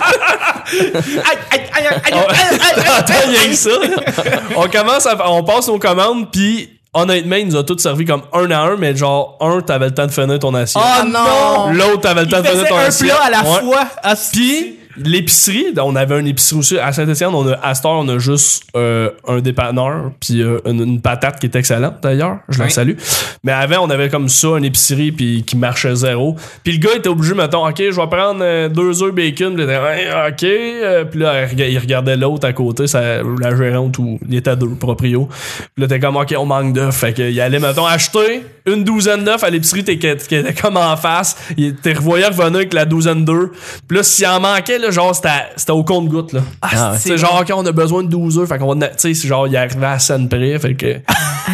[SPEAKER 2] Aïe, aïe, aïe, aïe, aïe,
[SPEAKER 3] on-
[SPEAKER 2] aïe, aïe, (laughs) aïe,
[SPEAKER 3] Attends, il y a eu ça. On commence à, on passe nos commandes, puis honnêtement, il nous a tous servi comme un à un, mais genre, un, t'avais le temps de finir ton assiette.
[SPEAKER 2] Oh non!
[SPEAKER 3] L'autre, t'avais le temps
[SPEAKER 2] Il
[SPEAKER 3] de finir
[SPEAKER 2] faisait
[SPEAKER 3] ton
[SPEAKER 2] un
[SPEAKER 3] assiette.
[SPEAKER 2] plat à la
[SPEAKER 3] Ouais.
[SPEAKER 2] fois. Ah,
[SPEAKER 3] Puis, l'épicerie, on avait une épicerie aussi. À Saint-Etienne, on a, à Star, on a juste euh, un dépanneur, puis euh, une, une patate qui est excellente d'ailleurs. Je la
[SPEAKER 2] Oui.
[SPEAKER 3] salue. Mais avant, on avait comme ça, une épicerie puis, qui marchait zéro. Puis le gars était obligé, mettons, OK, je vais prendre euh, deux œufs bacon. Puis il était, Ouais, OK. Euh, Puis là, il rega- il regardait l'autre à côté, sa- la gérante, ou il était à deux, proprio. Puis là, t'es comme, OK, on manque d'œufs. Fait qu'il allait, mettons, acheter une douzaine d'œufs à l'épicerie t'es- qui qui était comme en face. Il t'es revoyé revenir avec la douzaine d'œufs. Puis là, s'il en manquait, là, genre, c'était c'était au compte-goutte, là.
[SPEAKER 1] Ah, ouais.
[SPEAKER 3] C'est genre, OK, on a besoin de 12 heures. Fait qu'on va. Tu sais, c'est genre, il arrivait à scène près. Fait que.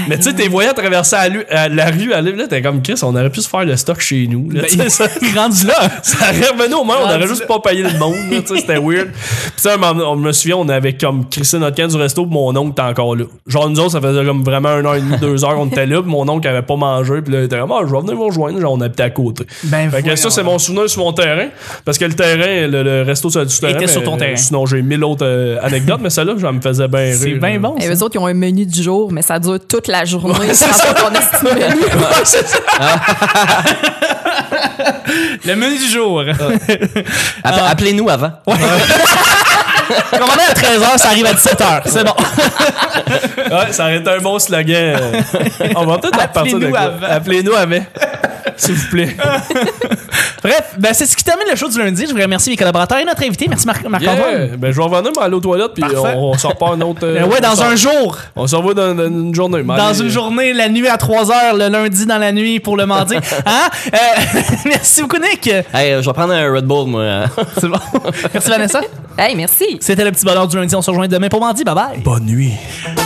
[SPEAKER 3] Mais tu sais, t'es voyé traverser la, lu- à la rue, à l'île, là, t'es comme Chris, on aurait pu se faire le stock chez nous.
[SPEAKER 2] Ben,
[SPEAKER 3] Là, Tu sais, ça,
[SPEAKER 2] Rendu (laughs) là.
[SPEAKER 3] ça revenait au moins, on aurait
[SPEAKER 2] Rendu
[SPEAKER 3] juste pas payé le monde. là, tu
[SPEAKER 2] (laughs)
[SPEAKER 3] sais, C'était weird. Puis tu sais, un moment- on me souvient, on avait comme Christine notre camp du resto, puis mon oncle était encore là. Genre, nous autres, ça faisait comme vraiment un heure et demie, deux heures, on était là, puis mon oncle avait pas mangé, puis là, il était comme, ah, je vais venir vous rejoindre, genre, on habitait à côté.
[SPEAKER 2] Ben,
[SPEAKER 3] Fait que ça,
[SPEAKER 2] voyons.
[SPEAKER 3] c'est mon souvenir sur mon terrain. Parce que le terrain, le, le resto sur du terrain.
[SPEAKER 2] Était sur
[SPEAKER 3] mais,
[SPEAKER 2] ton
[SPEAKER 3] euh,
[SPEAKER 2] terrain.
[SPEAKER 3] Sinon, j'ai mille autres euh, anecdotes, mais celle-là, je me faisais bien rire.
[SPEAKER 2] C'est bien bon.
[SPEAKER 4] Et
[SPEAKER 2] ça.
[SPEAKER 4] Eh, eux autres, ils ont un menu du jour, mais ça dure toute la journée. sans qu'on ait ce menu.
[SPEAKER 2] Le menu du jour.
[SPEAKER 1] Appe- Appelez-nous avant. (laughs)
[SPEAKER 2] Commandez Ah. à 13h, ça arrive à 17h. C'est bon.
[SPEAKER 3] Ouais, ça aurait été un
[SPEAKER 2] (laughs)
[SPEAKER 3] bon slogan. On va peut-être en repartir de
[SPEAKER 2] Appelez-nous
[SPEAKER 3] quoi.
[SPEAKER 2] avant.
[SPEAKER 3] Appelez-nous avec. S'il vous plaît.
[SPEAKER 2] Bref, ben, c'est ce qui termine le show du lundi. Je voudrais remercier mes collaborateurs et notre invité. Merci Marc- Marc-Antoine.
[SPEAKER 3] Yeah. Ben, je vais revenir mais aller aux toilettes, puis
[SPEAKER 2] Parfait.
[SPEAKER 3] on, on sort pas un autre. euh,
[SPEAKER 2] Ben ouais,
[SPEAKER 3] on
[SPEAKER 2] dans
[SPEAKER 3] sort-
[SPEAKER 2] un jour.
[SPEAKER 3] On se revoit dans, dans une journée. mais
[SPEAKER 2] Dans
[SPEAKER 3] allez,
[SPEAKER 2] une
[SPEAKER 3] euh,
[SPEAKER 2] journée, la nuit à 3h, le lundi dans la nuit pour le mardi. Hein? Euh, (laughs) merci beaucoup, Nick.
[SPEAKER 1] Hey, euh, je vais prendre un Red Bull, moi. euh,
[SPEAKER 2] C'est bon. Merci, Vanessa.
[SPEAKER 4] hey, merci.
[SPEAKER 2] C'était le petit bonheur du lundi. On se rejoint demain pour mardi. Bye bye.
[SPEAKER 3] Bonne nuit.
[SPEAKER 5] Bonne nuit.